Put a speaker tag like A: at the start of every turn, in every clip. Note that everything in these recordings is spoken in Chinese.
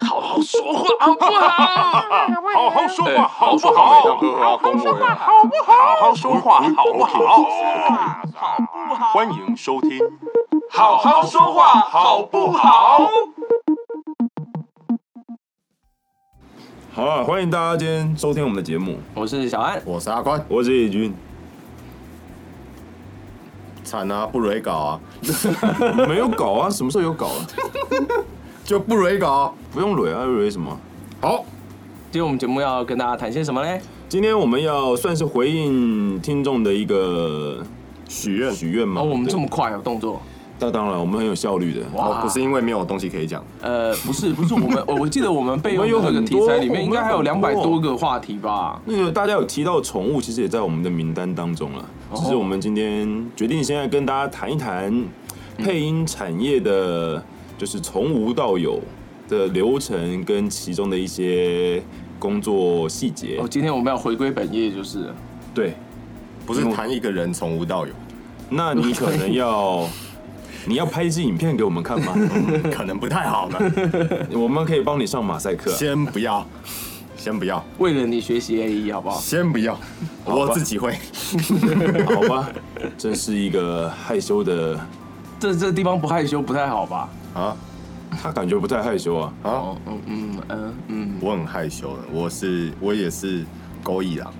A: 好说话好不好？
B: 好好说
A: 哎
B: 话，好不
A: 好
B: 好？
A: 好好说话，
B: 好不好？好好说话，好不好？
A: 好不好？
B: 欢迎收听，
A: 好好说话好不好？
B: 好啊，欢迎大家今天收听我们的节目，
C: 我是小安，
D: 我是阿关，
B: 我是叶军。
D: 惨啊，不蕊搞啊，
B: 没有搞啊，什么时候有搞啊？
D: 就不蕊搞。
B: 不用蕊啊，蕊什么？
D: 好，
C: 今天我们节目要跟大家谈些什么嘞？
B: 今天我们要算是回应听众的一个
D: 许愿
B: 许愿吗？
C: 哦，我们这么
B: 对
C: 快有动作，
B: 那当然，我们很有效率的。
D: 哦，不是因为没有东西可以讲，
C: 呃，不是不是，我们我我记得我们备用
B: 我
C: 的
B: 们有
C: 那个
B: 很
C: 题
B: 多
C: 材里面应该还有
B: 我们有
C: 两
B: 很
C: 百
B: 多
C: 多个话题吧？
B: 那个大家有提到宠物，其实也在我们的名单当中了。
D: 哦
B: 只是我们今天决定现在跟大家谈一谈
D: 嗯
B: 配音产业的，就是从无到有的流程跟其中的一些工作细节
C: 哦，。今天我们要回归本业，就是了
B: 对，
D: 不是谈一个人从无到有，
B: 那你可 能要。你要拍一支影片给我们看吗？
D: 可能不太好呢。
B: 我们可以帮你上马赛克啊、
D: 先不要，先不要，
C: 为了你学习 A E 好不好？
D: 先不要，我自己会。
B: 好吧？真是一个害羞的，
C: 这这地方不害羞不太好吧？
D: 啊
B: 他感觉不太害羞啊。
D: 啊，
C: 哦，嗯嗯嗯嗯，
D: 我很害羞的，我是我也是勾一郎，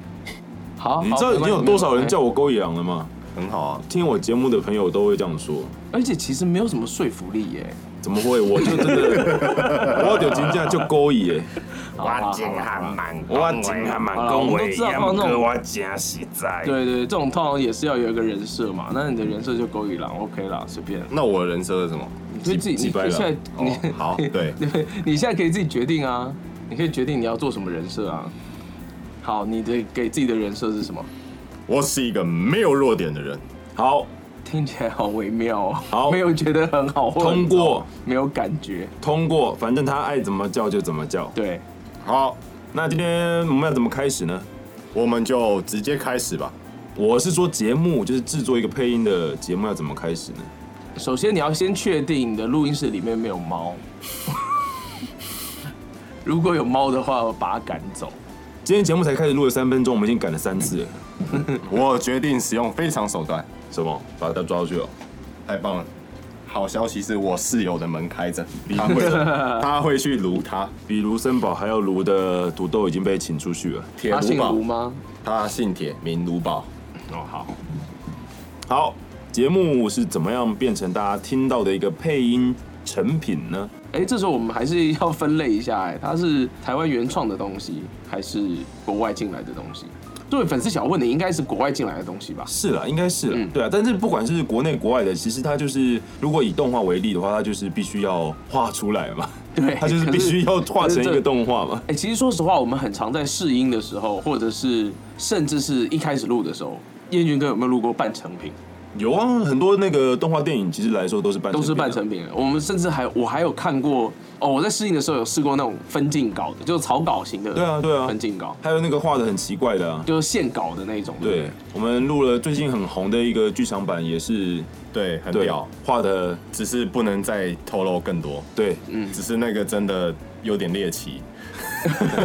C: 好，
B: 你知道已经有多少人叫
C: 我？
B: 我勾羊了吗？
D: 很好啊。
B: 听我节目的朋友都会这样说。
C: 而且其实没有什么说服力耶。
B: 怎么会？我就真 的，我有金价就勾引耶，
C: 好啦好啦
E: 蛮
B: 我真还蛮
C: 好啦我们都知道放那种
E: 我真实在。
C: 对对，对这种通常也是要有一个人设嘛。那你的人设就勾一郎，OK 啦，随便。
D: 那我的人设是什么？
C: 你就自己，
B: 几
C: 你
B: 百
C: 你
B: 了
C: 现在 你、
D: 哦，好，对，
C: 对，你现在可以自己决定啊，你可以决定你要做什么人设啊。好，你的给自己的人设是什么？
D: 我是一个没有弱点的人。
B: 好，
C: 听起来好微妙哦，
B: 好
C: 没有觉得很好，或者
B: 通过
C: 没有感觉，
B: 通过，反正他爱怎么叫就怎么叫。
C: 对，
D: 好，
B: 那今天我们要怎么开始呢？
D: 我们就直接开始吧。
B: 我是说节目，就是制作一个配音的节目要怎么开始呢？
C: 首先你要先确定你的录音室里面没有猫， 如果有猫的话，我把它赶走。
B: 今天节目才开始录了三分钟，我们已经赶了三次了，
D: 嗯我决定使用非常手段。
B: 什么？把他抓过去哦。
D: 太棒了！好消息是我室友的门开着，他会 他会去撸他
B: 比卢森堡还要卢的土豆已经被请出去了。啊
D: 铁
C: 它
D: 卢
C: 姓卢
D: 宝，
C: 吗？
D: 他姓铁，名卢宝。
B: 哦，好，好，节目是怎么样变成大家听到的一个配音成品呢？
C: 哎，这时候我们还是 要分类一下，哎，它是台湾原创的东西，还是国外进来的东西？作为粉丝想问的，应该是国外进来的东西吧？
B: 是啦，应该是啦，
C: 嗯
B: 对啊。但是不管是国内国外的，其实它就是，如果以动画为例的话，它就是必须要画出来嘛，
C: 对
B: 它就是必须要画成一个动画嘛。
C: 哎、其实说实话，我们很常在试音的时候，或者是甚至是一开始录的时候，燕军哥有没有录过半成品？
B: 有啊，很多那个动画电影其实来说都是半成品
C: 都
B: 啊
C: 是半成品的。我们甚至还我还有看过哦，我在试音的时候有试过那种分镜稿的，就是草稿型的，
B: 对啊对啊
C: 分镜稿
B: 还有那个画的很奇怪的啊。
C: 就是线稿的那一种，对不
B: 对，我们录了最近很红的一个剧场版，也是
D: 对，很
B: 对
D: 屌，
B: 画的
D: 只是不能再透露更多。
B: 对。
C: 嗯
D: 只是那个真的有点猎奇，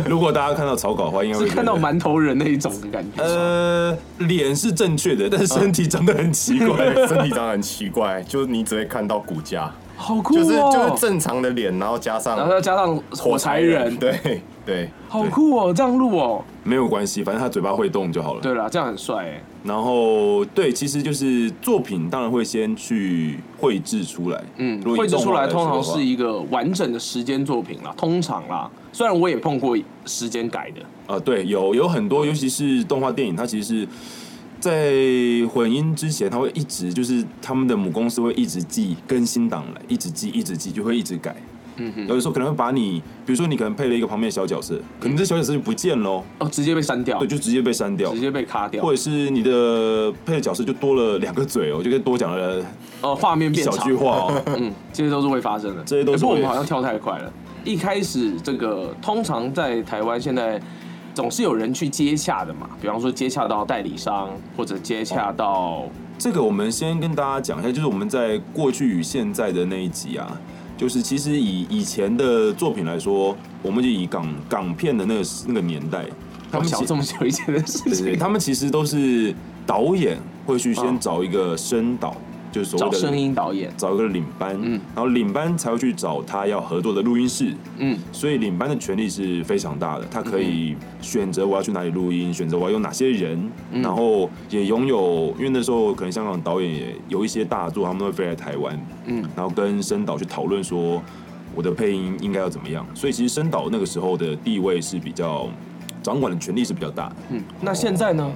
B: 如果大家看到草稿的话，应该会
C: 对，是看到
B: 觉得
C: 馒头人那一种的感觉。
B: 呃脸是正确的，但是身体长得很奇怪。
C: 嗯
D: 对，身体长得很奇怪，就是你只会看到骨架，
C: 好酷哦！
D: 就是就是正常的脸，然后加
C: 然后再
D: 上
C: 加上火柴人，
D: 对对，
C: 好酷哦！这样录哦，
B: 没有关系，反正他嘴巴会动就好了。
C: 对啦，这样很帅哎。
B: 然后对，其实就是作品当然会先去绘制出来，
C: 嗯，
B: 如果
C: 绘
B: 以
C: 制
B: 动
C: 出
B: 画
C: 来
B: 来
C: 通常
B: 说的话
C: 是一个完整的时间作品啦，通常啦。虽然我也碰过时间改的，
B: 啊、对，有有很多，尤其是动画电影，它其实是在混音之前，它会一直就是他们的母公司会一直寄更新档来，一直寄，一直寄，就会一直改。嗯哼，有的时候可能会把你，比如说你可能配了一个旁边的小角色，可能这小角色就不见喽，
C: 哦，直接被删掉
B: 对，，就直接被删掉
C: 直。接被卡掉
B: 或，者是你的配的角色就多了两个嘴哦，就跟多讲了
C: 哦，画面
B: 一
C: 变
B: 小
C: 长
B: 句， 话哦。
C: 嗯，这些都是会发生的。
B: 这些都是
C: 哎不过我们
B: 会
C: 好像跳太快了。一开始这个通常在台湾现在总是有人去接洽的嘛，比方说接洽到代理商，或者接洽到
B: 这个我们先跟大家讲一下，就是我们在过去与现在的那一集啊，就是其实以以前的作品来说，我们就以港港片的那个那个年代，他
C: 我
B: 们
C: 想
B: 其
C: 哦这么久以前的事
B: 对对对
C: 情，
B: 他们其实都是导演会去
C: 嗯
B: 先找一个声导，就是所
C: 哦找
B: 谓的
C: 声音导演，
B: 找一个领班，
C: 嗯
B: 然后领班才会去找他要合作的录音室，
C: 嗯，
B: 所以领班的权力是非常大的，他可以选择我要去哪里录音，选择我要用哪些人，然后也拥有，因为那时候可能香港导演也有一些大作，他们都会飞来台湾，
C: 嗯，
B: 然后跟声导去讨论说我的配音应该要怎么样，所以其实声导那个时候的地位是比较掌管的权力是比较大的，
C: 嗯，那现在呢？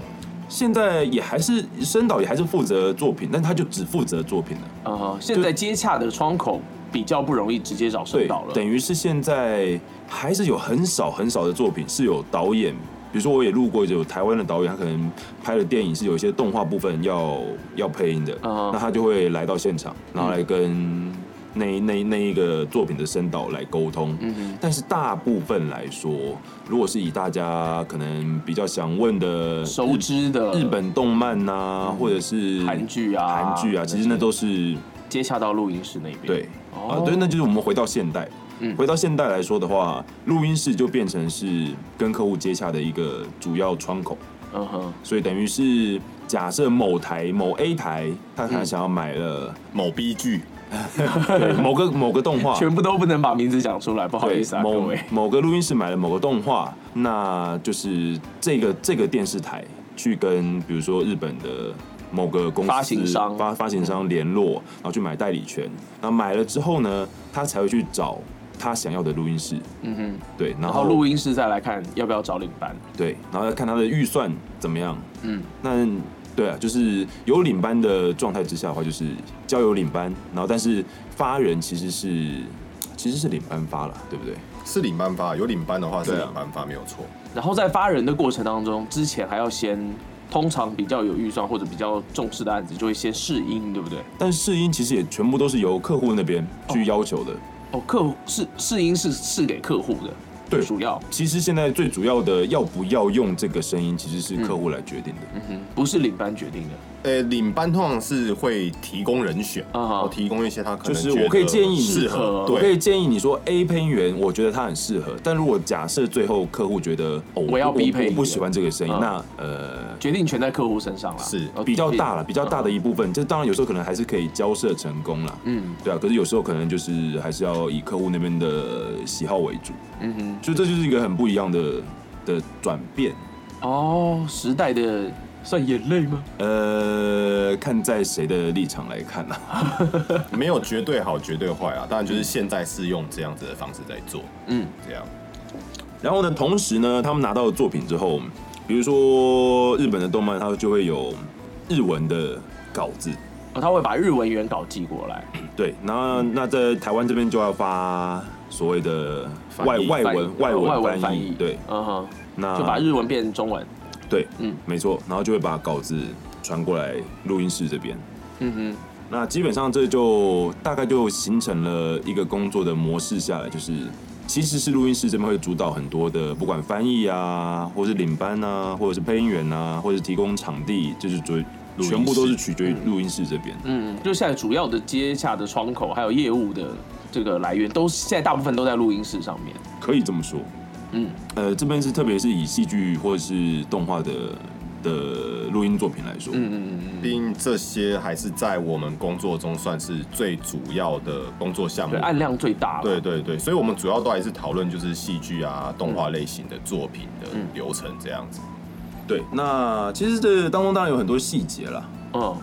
B: 现在也还是声导也还是负责作品，但他就只负责作品了。
C: 呃，现在接洽的窗口比较不容易直接找声
B: 对
C: 导，了，
B: 等于是现在还是有很少很少的作品是有导演，比如说我也录过有台湾的导演，他可能拍的电影是有一些动画部分要要配音的，
C: 嗯
B: 那他就会来到现场，然后来跟那那那一个作品的声导来沟通。
C: 嗯
B: 但是大部分来说，如果是以大家可能比较想问的
C: 熟知的嗯
B: 日本动漫呐、或者是
C: 韩剧啊
B: 韩剧啊，其实那都是
C: 接洽到录音室那边，
B: 对，啊、
C: 哦
B: 对，那就是我们回到现代。
C: 嗯
B: 回到现代来说的话，录音室就变成是跟客户接洽的一个主要窗口，
C: 嗯哼，
B: 所以等于是假设某台某 A 台，他
C: 嗯
B: 可能想要买了、
D: 某 B 剧，
B: 对某个某个动画，
C: 全部都不能把名字讲出来，不好意思啊，各
B: 某
C: 位，
B: 某个录音室买了某个动画，那就是这个这个电视台去跟比如说日本的某个公司
C: 发行商
B: 发发行商联络，然后去买代理权。那买了之后呢，他才会去找他想要的录音室。
C: 嗯哼，
B: 对，然
C: 然
B: 后
C: 后录音室再来看要不要找领班，
B: 对，然后要看他的预算怎么样。
C: 嗯，
B: 那对啊，就是有领班的状态之下的话，就是交由领班，然后但是发人其实是其实是领班发了，对不对？
D: 是领班发，有领班的话是
B: 对啊
D: 领班发没有错。
C: 然后在发人的过程当中，之前还要先。通常比较有预算或者比较重视的案子，就会先试音，对不对？
B: 但试音其实也全部都是由客户那边去要求的。
C: 哦，客户试试音是试给客户的，
B: 对
C: 主要
B: 其实现在最主要的要不要用这个声音，其实是客户来决定的。
C: 嗯不是领班决定的。
D: 呃，领班通常是会提供人选，
C: 啊
D: 然后提供一些他可能
B: 就是
D: 觉得
B: 我可以建议你
D: 适
C: 合
D: 合，
B: 我可以
D: 对，
B: 建议你说 A 配音员，我觉得他很适合，但如果假设最后客户觉得哦，
C: 我要
B: 不
C: B 配音
B: 我不喜欢这个声音，
C: 嗯
B: 那呃。
C: 决定权在客户身上啦，
D: 是
C: 哦
B: 比较大了，比较大的一部分，这当然有时候可能还是可以交涉成功啦。
C: 嗯
B: 对啊，可是有时候可能就是还是要以客户那边的喜好为主，
C: 嗯哼，
B: 所以这就是一个很不一样的的转变。
C: 哦，时代的算眼泪吗？
B: 呃，看在谁的立场来看啦、
D: 没有绝对好绝对坏啊，当然
B: 嗯
D: 就是现在是用这样子的方式在做，
C: 嗯，
D: 这样
B: 然后呢，同时呢，他们拿到的作品之后，比如说日本的动漫，它就会有日文的稿子，
C: 哦，他会把日文原稿寄过来，
B: 对，然后那在台湾这边就要发所谓的
D: 翻
B: 外
D: 译
B: 外
C: 翻译哦
B: 文外
C: 外
B: 文
C: 文
B: 翻
C: 翻
B: 译，对，
C: 嗯哼，
B: 那
C: 就把日文变中文，
B: 对，
C: 嗯
B: 嗯，没错，然后就会把稿子传过来录音室这边。
C: 嗯
B: 那基本上这就大概就形成了一个工作的模式下来，就是其实是录音室这边会主导很多的，不管翻译啊，或是领班啊，或者是配音员啊，或者是提供场地，就是主
D: 录音室
B: 全部都是取决于录音室这边。
C: 哼，嗯，就现在主要的接洽的窗口还有业务的这个来源，都是现在大部分都在录音室上面，
B: 可以这么说。
C: 嗯，
B: 呃，这边是特别是以戏剧或者是动画的的录音作品来说，
C: 嗯嗯嗯嗯，
D: 毕竟这些还是在我们工作中算是最主要的工作项目
C: 对，。按量最大
D: 嗯
C: 了，
D: 对对对，所以我们主要都还是讨论就是戏剧啊、动画类型的作品的流程这样子。
B: 对。那其实这当中当然有很多细节啦，
C: 嗯，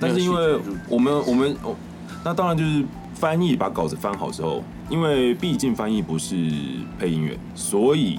B: 但是因为
C: 没有细节
B: 我们我们哦，那当然就是翻译把稿子翻好之后，因为毕竟翻译不是配音员，所以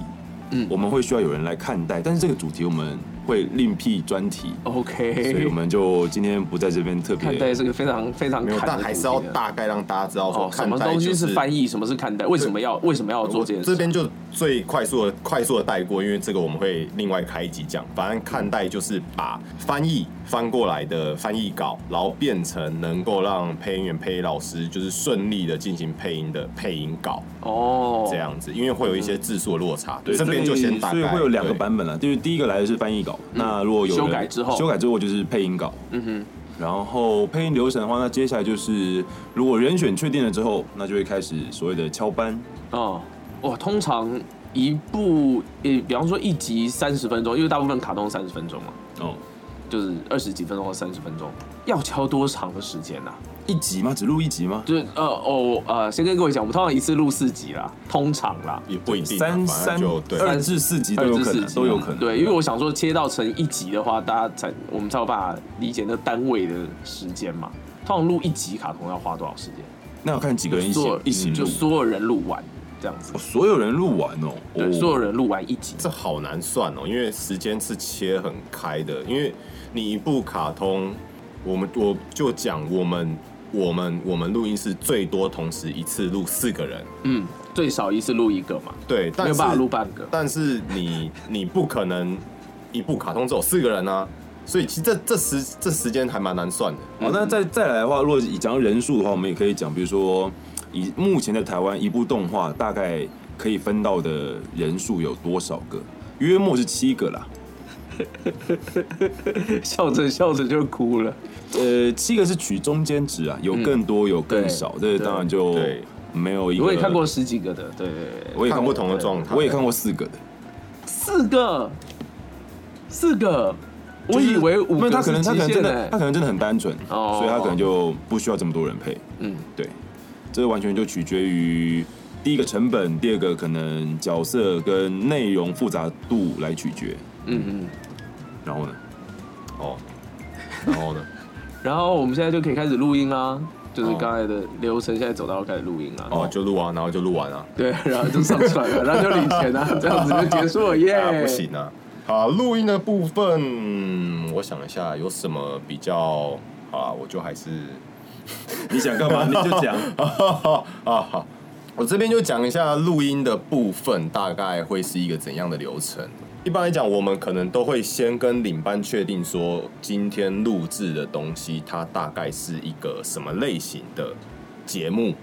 C: 嗯
B: 我们会需要有人来看待。但是这个主题我们会另辟专题，
C: 就 OK，
B: 所以我们就今天不在这边特
C: 看待
B: 别。
C: 这个非常非常
D: 没有，
C: 砍
D: 但
C: 的
D: 还
C: 主
D: 是
C: 题
D: 要
C: 了
D: 大概让大家知道说
C: 哦，什
D: 看
C: 么
D: 待
C: 东
D: 就
C: 西
D: 是
C: 是翻译，什么是看待，为什么要为什么要做
D: 我
C: 这件事？
D: 这边就最快速的、快速的带过，因为这个我们会另外开一集讲。反正看待就是把翻译翻过来的翻译稿，然后变成能够让配音员、配音老师就是顺利的进行配音的配音稿
C: 哦，
D: 这样子，因为会有一些字数的落差。
B: 对，
D: 这边就
B: 所以
D: 先大
B: 所以
D: 概
B: 会有两个
D: 对
B: 版本了，就是第一个来的是翻译稿，那如果有人
C: 嗯修改之后
B: 修改之后就是配音稿，
C: 嗯哼，
B: 然后配音流程的话，那接下来就是如果人选确定了之后，那就会开始所谓的敲班。
C: 哦，哇，通常一部，呃，比方说一集三十分钟，因为大部分卡通三十分钟嘛，
B: 哦，
C: 就是二十几分钟到三十分钟，要敲多长的时间呐、啊？
B: 一集吗？只录一集吗？
C: 就是呃哦呃，先跟各位讲，我们通常一次录四集啦，通常啦。
D: 也不一定啊，
B: 三
D: 反
B: 三
D: 正就对。
B: 二至四集都
C: 二
B: 有
C: 至
B: 可
C: 四
B: 能，
C: 集啊
B: 都有可能。
C: 对，因为我想说切到成一集的话，大家才我们才有办法理解那单位的时间嘛。通常录一集卡通要花多少时间？
B: 那要看几个人一
C: 所
B: 起
C: 有
B: 一起
C: 就
B: 录，
C: 所有人录完这样子
B: 哦。所有人录完哦。
C: 对，
B: 哦
C: 所有人录完一集。
D: 这好难算哦，因为时间是切很开的，因为你一部卡通，我们我就讲我们我们我们录音室最多同时一次录四个人，
C: 嗯，最少一次录一个嘛，
D: 对，
C: 没
D: 但
C: 有
D: 是
C: 办法录半个。
D: 但是你你不可能一部卡通只有四个人啊，所以其实这这时这时间还蛮难算的。
B: 好，那再再来的话，如果以讲人数的话，我们也可以讲，比如说以目前的台湾一部动画大概可以分到的人数有多少个？约莫是七个啦，
C: 笑着笑着就哭了。
B: 呃，七个是取中间值啊，
C: 嗯
B: 有更多有更少，这当然就
D: 对
B: 没有一个。
C: 我也看过，十几个的，对对对对，
B: 我也看
D: 看
B: 过
D: 不同的状态，
B: 我也看过四个的，
C: 四个，四个，我以为五
B: 没有
C: 个
B: 他可
C: 是
B: 能他可能
C: 极
B: 真
C: 限
B: 的
C: 的欸
B: 他。可能真的很单纯，
C: 哦
B: 所以他可能就不需要这么多人配。
C: 嗯，
B: 对，这完全就取决于第一个成本，第二个可能角色跟内容复杂度来取决。
C: 嗯嗯。
B: 然后呢？
D: 哦。然后呢？
C: 然后我们现在就可以开始录音啦，就是刚才的流程，现在走到开始录音啦。
D: 哦，就录啊，然后就录完啊。
C: 对，然后就上传 了，然后就领钱啊，这样子就结束了耶。
D: 啊，不，行啊。好，录音的部分，嗯我想一下有什么比较好啊？我就还是
B: 你想干嘛你就讲。
D: 啊好，我这边就讲一下录音的部分，大概会是一个怎样的流程。一般来讲，我们可能都会先跟领班确定说，今天录制的东西它大概是一个什么类型的节目，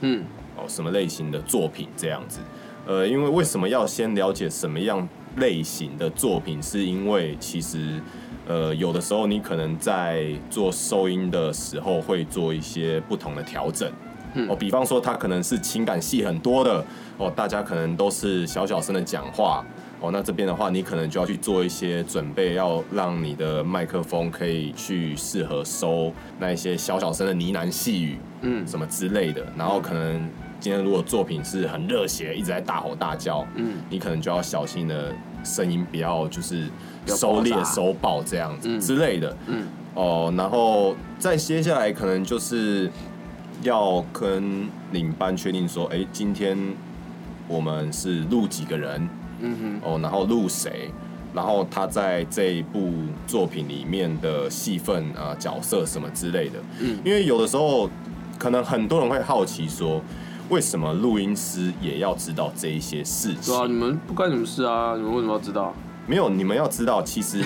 C: 嗯，
D: 哦，什么类型的作品这样子。呃，因为为什么要先了解什么样类型的作品？是因为其实，呃，有的时候你可能在做收音的时候会做一些不同的调整。哦，比方说它可能是情感戏很多的，哦，大家可能都是小小声的讲话。哦，那这边的话，你可能就要去做一些准备，要让你的麦克风可以去适合收那一些小小声的呢喃细语，
C: 嗯
D: 什么之类的。然后可能今天如果作品是很热血，一直在大吼大叫，
C: 嗯
D: 你可能就要小心的声音不要就是
C: 不要
D: 收
C: 爆炸
D: 敛收爆这样子
C: 嗯
D: 之类的，
C: 嗯
D: 哦，然后再接下来可能就是要跟领班确定说，哎，今天我们是录几个人
C: 嗯
D: 哦，然后录谁，然后他在这一部作品里面的戏份啊、角色什么之类的。
C: 嗯
D: 因为有的时候可能很多人会好奇说，为什么录音师也要知道这一些事
C: 哼，对啊，
D: 情？
C: 你们不关你们事啊，你们为什么要知道？
D: 没有，你们要知道，其 实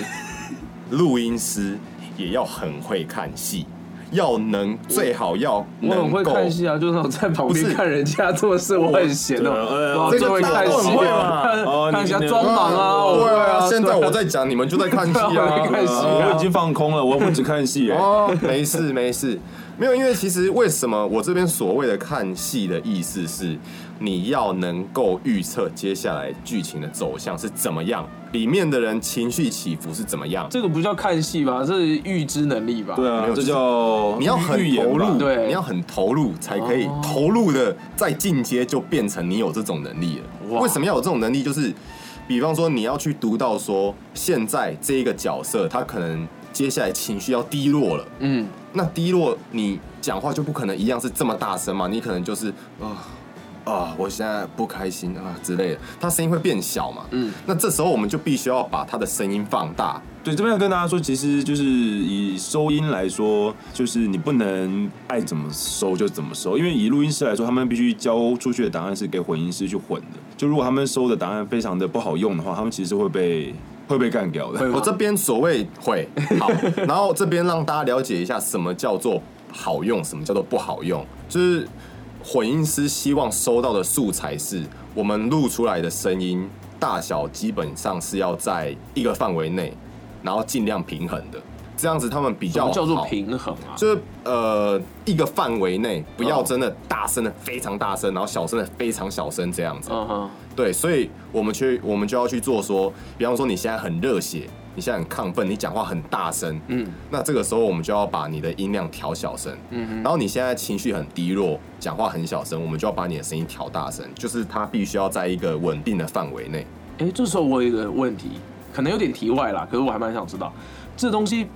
D: 录音师也要很会看戏，要能最好要
C: 我很
D: 能
C: 会
D: 够
C: 看戏啊，就是我在旁边
D: 不是呃
C: 看人家做事，我很闲
B: 我对啊
C: 哦，
B: 哎
C: 我就会看
D: 这个大
C: 戏
D: 家都很会
C: 啊，
D: 嘛
B: 哦你
C: 看看人家
B: 你
C: 装忙啊，
D: 对
C: 我
D: 啊，现在
C: 对
D: 我在讲，你们就在看戏
C: 对啊
D: 啊，
C: 看戏啊
B: 呃我已经放空了，我不止看戏哎。
D: 哦，没事没事，没有，因为其实为什么我这边所谓的看戏的意思是，你要能够预测接下来剧情的走向是怎么样，里面的人情绪起伏是怎么样，
C: 这个不叫看戏吧，这是预知能力吧？
B: 对啊
D: 没，有
B: 这叫
D: 你要很
B: 预言
D: 投
B: 吧
D: 入，
C: 对
D: 你要很投入才可以
C: 哦
D: 投入的再进阶就变成你有这种能力了。
C: 哇
D: 为什么要有这种能力？就是比方说你要去读到说现在这一个角色他可能接下来情绪要低落了。
C: 嗯，
D: 那低落你讲话就不可能一样是这么大声嘛，你可能就是啊啊、我现在不开心啊之类的，他声音会变小嘛。
C: 嗯，
D: 那这时候我们就必须要把他的声音放大。
B: 对，这边要跟大家说，其实就是以收音来说，就是你不能爱怎么收就怎么收，因为以录音师来说，他们必须交出去的档案是给混音师去混的。就如果他们收的档案非常的不好用的话，他们其实会被会被干掉的。
D: 我这边所谓会好， 然后这边让大家了解一下什么叫做好用，什么叫做不好用，就是混音师希望收到的素材是我们录出来的声音大小基本上是要在一个范围内，然后尽量平衡的。这样子他们比
C: 什
D: 较
C: 么叫做
D: 好
C: 平衡啊？
D: 就是呃一个范围内，不
C: 哦
D: 要真的大声的非常大声，然后小声的非常小声这样子。
C: 嗯哼，
D: 对，所以我们去我们就要去做说，比方说你现在很热血，你现在很亢奋，你讲话很大声，
C: 嗯，
D: 那这个时候我们就要把你的音量调小声，嗯，然后你现在情绪很低落，讲话很小声，我们就要把你的声音调大声，就是它必须要在一个稳定的范围内。
C: 哎、这时候我有一个问题，可能有点题外啦，可是我还蛮想知道，这东西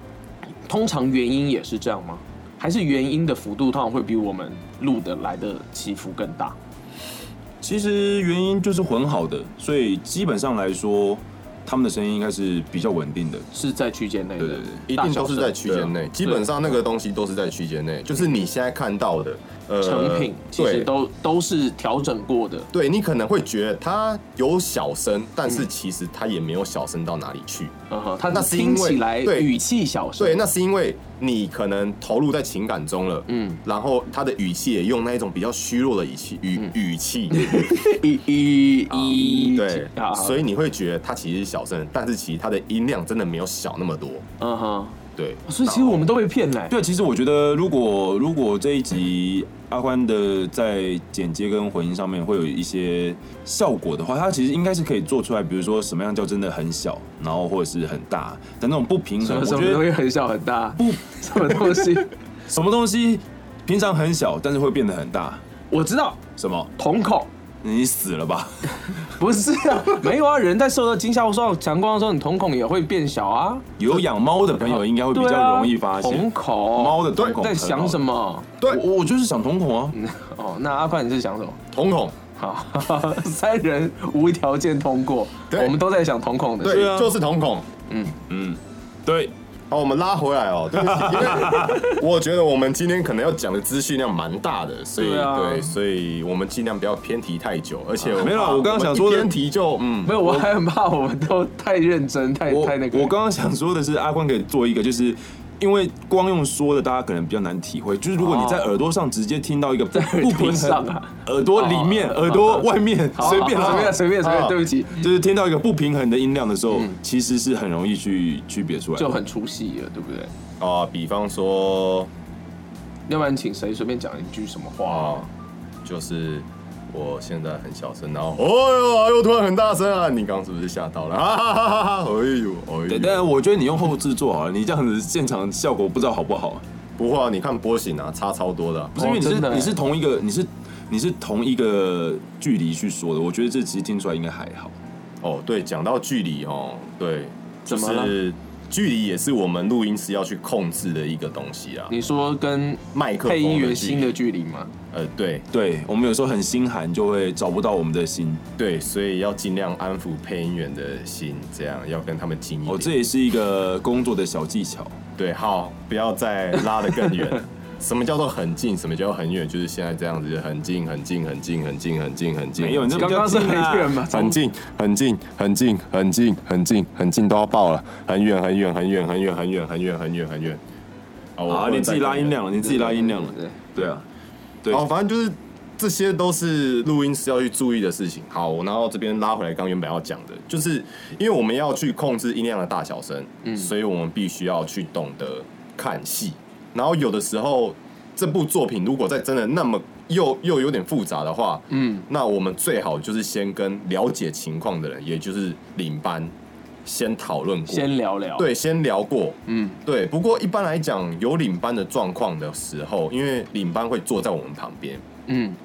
C: 通常原因也是这样吗？还是原因的幅度通常会比我们录的来的起伏更大？
B: 其实原因就是混好的，所以基本上来说，他们的声音应该是比较稳定的。
C: 是在区间内的，
B: 对对对
D: 一定都是在区间内，基本上那个东西都是在区间内，就是你现在看到的，呃，
C: 嗯成品，其实
D: 对
C: 都都是调整过的。
D: 对你可能会觉得它有小声，但是其实它也没有小声到哪里去。
C: 嗯哼，它
D: 那是因
C: 听
D: 为
C: 起来
D: 对
C: 语气小声，
D: 对，那是因为你可能投入在情感中了，
C: 嗯
D: 嗯，然后他的语气也用那一种比较虚弱的语气语、
B: 嗯
D: 语 气，
C: 一一一
D: 啊对，所
B: 啊
C: 以啊
D: 以你会觉得他其实是小声，但是其实他的音量真的没有小那么多，
C: 嗯哼，
D: 对，
C: 所以其实我们都被骗嘞。
B: 对，其实我觉得，如果如果这一集阿欢的在剪接跟混音上面会有一些效果的话，它其实应该是可以做出来，比如说什么样叫真的很小，然后或者是很大的那种不平
C: 什
B: 衡。
C: 么
B: 我
C: 什
B: 觉
C: 么东
B: 得
C: 西很小很大，
B: 不
C: 什么东西，
B: 什么东西平常很小，但是会变得很大，
C: 我知道
B: 什么？
C: 瞳孔。
B: 你死了 吧？
C: 不是啊，没有啊，人在受到惊吓或受到强光的时候，你瞳孔也会变小啊。
B: 有养猫的朋友应该会比
C: 对
B: 较
C: 啊
B: 容易发现
C: 瞳。孔。
B: 猫的瞳孔
C: 在
B: 很
C: 想
B: 好
C: 什么？
D: 对
B: 我我就是想瞳孔啊，
C: 哦，那阿宽你是想什么？
D: 瞳孔，
C: 好， 三人无条件通过，
D: 对
C: 我们都在想瞳孔的事。
D: 对，
B: 啊
D: 就是瞳孔。
B: 对，
D: 好，我们拉回来 哦，对不起，因为我觉得我们今天可能要讲的资讯量蛮大的，所以
C: 对啊
D: 对，所以我们尽量不要偏题太久，而且
B: 啊没有啦
D: 怕
B: 我刚刚
D: 们
B: 想说
D: 一
B: 的
D: 偏题就嗯
C: 没，有，我还很怕我们都太认真，太
B: 我
C: 太那个。
B: 我刚刚想说的是，阿宽可以做一个，就是因为光用说的，大家可能比较难体会。就是如果你在耳朵上直接听到一个不
C: 在耳朵
B: 不平
C: 上
B: 衡
C: 啊，
B: 耳朵里面、耳朵外面，
C: 好
B: 随便
C: 好随
B: 啦
C: 便随便随便，
D: 好
C: 对不起，
B: 就是听到一个不平衡的音量的时候，其实是很容易去区别出来的。
C: 就很出戏了，对不对？
D: 啊，比方说
C: 要不然请谁随便讲一句什么话
D: 啊？，就是我现在很小声，然后哦呦，又突然很大声啊！你刚刚是不是吓到了？ 哈哈哈哈哈！哎呦，哎
B: 对，
D: 呦，
B: 但我觉得你用后置做好了，你这样子现场效果不知道好不好。
D: 不会啊，你看波形啊，差超多的啊、
B: 不是因为你是、
C: 真的欸
B: 你是同一个你是你是同一个距离去说的，我觉得这其实听出来应该还好。
D: 哦，对，讲到距离哦，对，就
C: 怎么
D: 是距离也是我们录音师要去控制的一个东西啊。
C: 你说跟
D: 麦克风
C: 嗯配音员
D: 的距离
C: 新的距离吗？
D: 呃，对
B: 对我们有时候很心寒，就会找不到我们的心。
D: 对，所以要尽量安抚配音员的心，这样要跟他们近一点。
B: 哦，这也是一个工作的小技巧。
D: 对，好，不要再拉得更远。 什么叫做很近？什么叫很远？就是现在这样子，很近，很近，很近，很近，很近，很近。
B: 没有，你这
C: 刚刚是很远嘛？
D: 很近，很近，很近，很近，很近，很近都要爆了，很远，很远，很远，很远，很远，很远，很远，很远。我
B: 啊，
D: 不能
B: 你自己
D: 再
B: 拉音量了，你自己拉音量了。
C: 对，
B: 对啊，对
D: 好，反正就是这些都是录音师要去注意的事情。好，我然后这边拉回来，刚原本要讲的，就是因为我们要去控制音量的大小声，嗯，所以我们必须要去懂得看戏。然后有的时候，这部作品如果在真的那么又又有点复杂的话，
C: 嗯，
D: 那我们最好就是先跟了解情况的人，也就是领班，先讨论过，
C: 先聊聊。，
D: 对，先聊过，
C: 嗯，
D: 对，不过一般来讲，有领班的状况的时候，因为领班会坐在我们旁边
C: 嗯，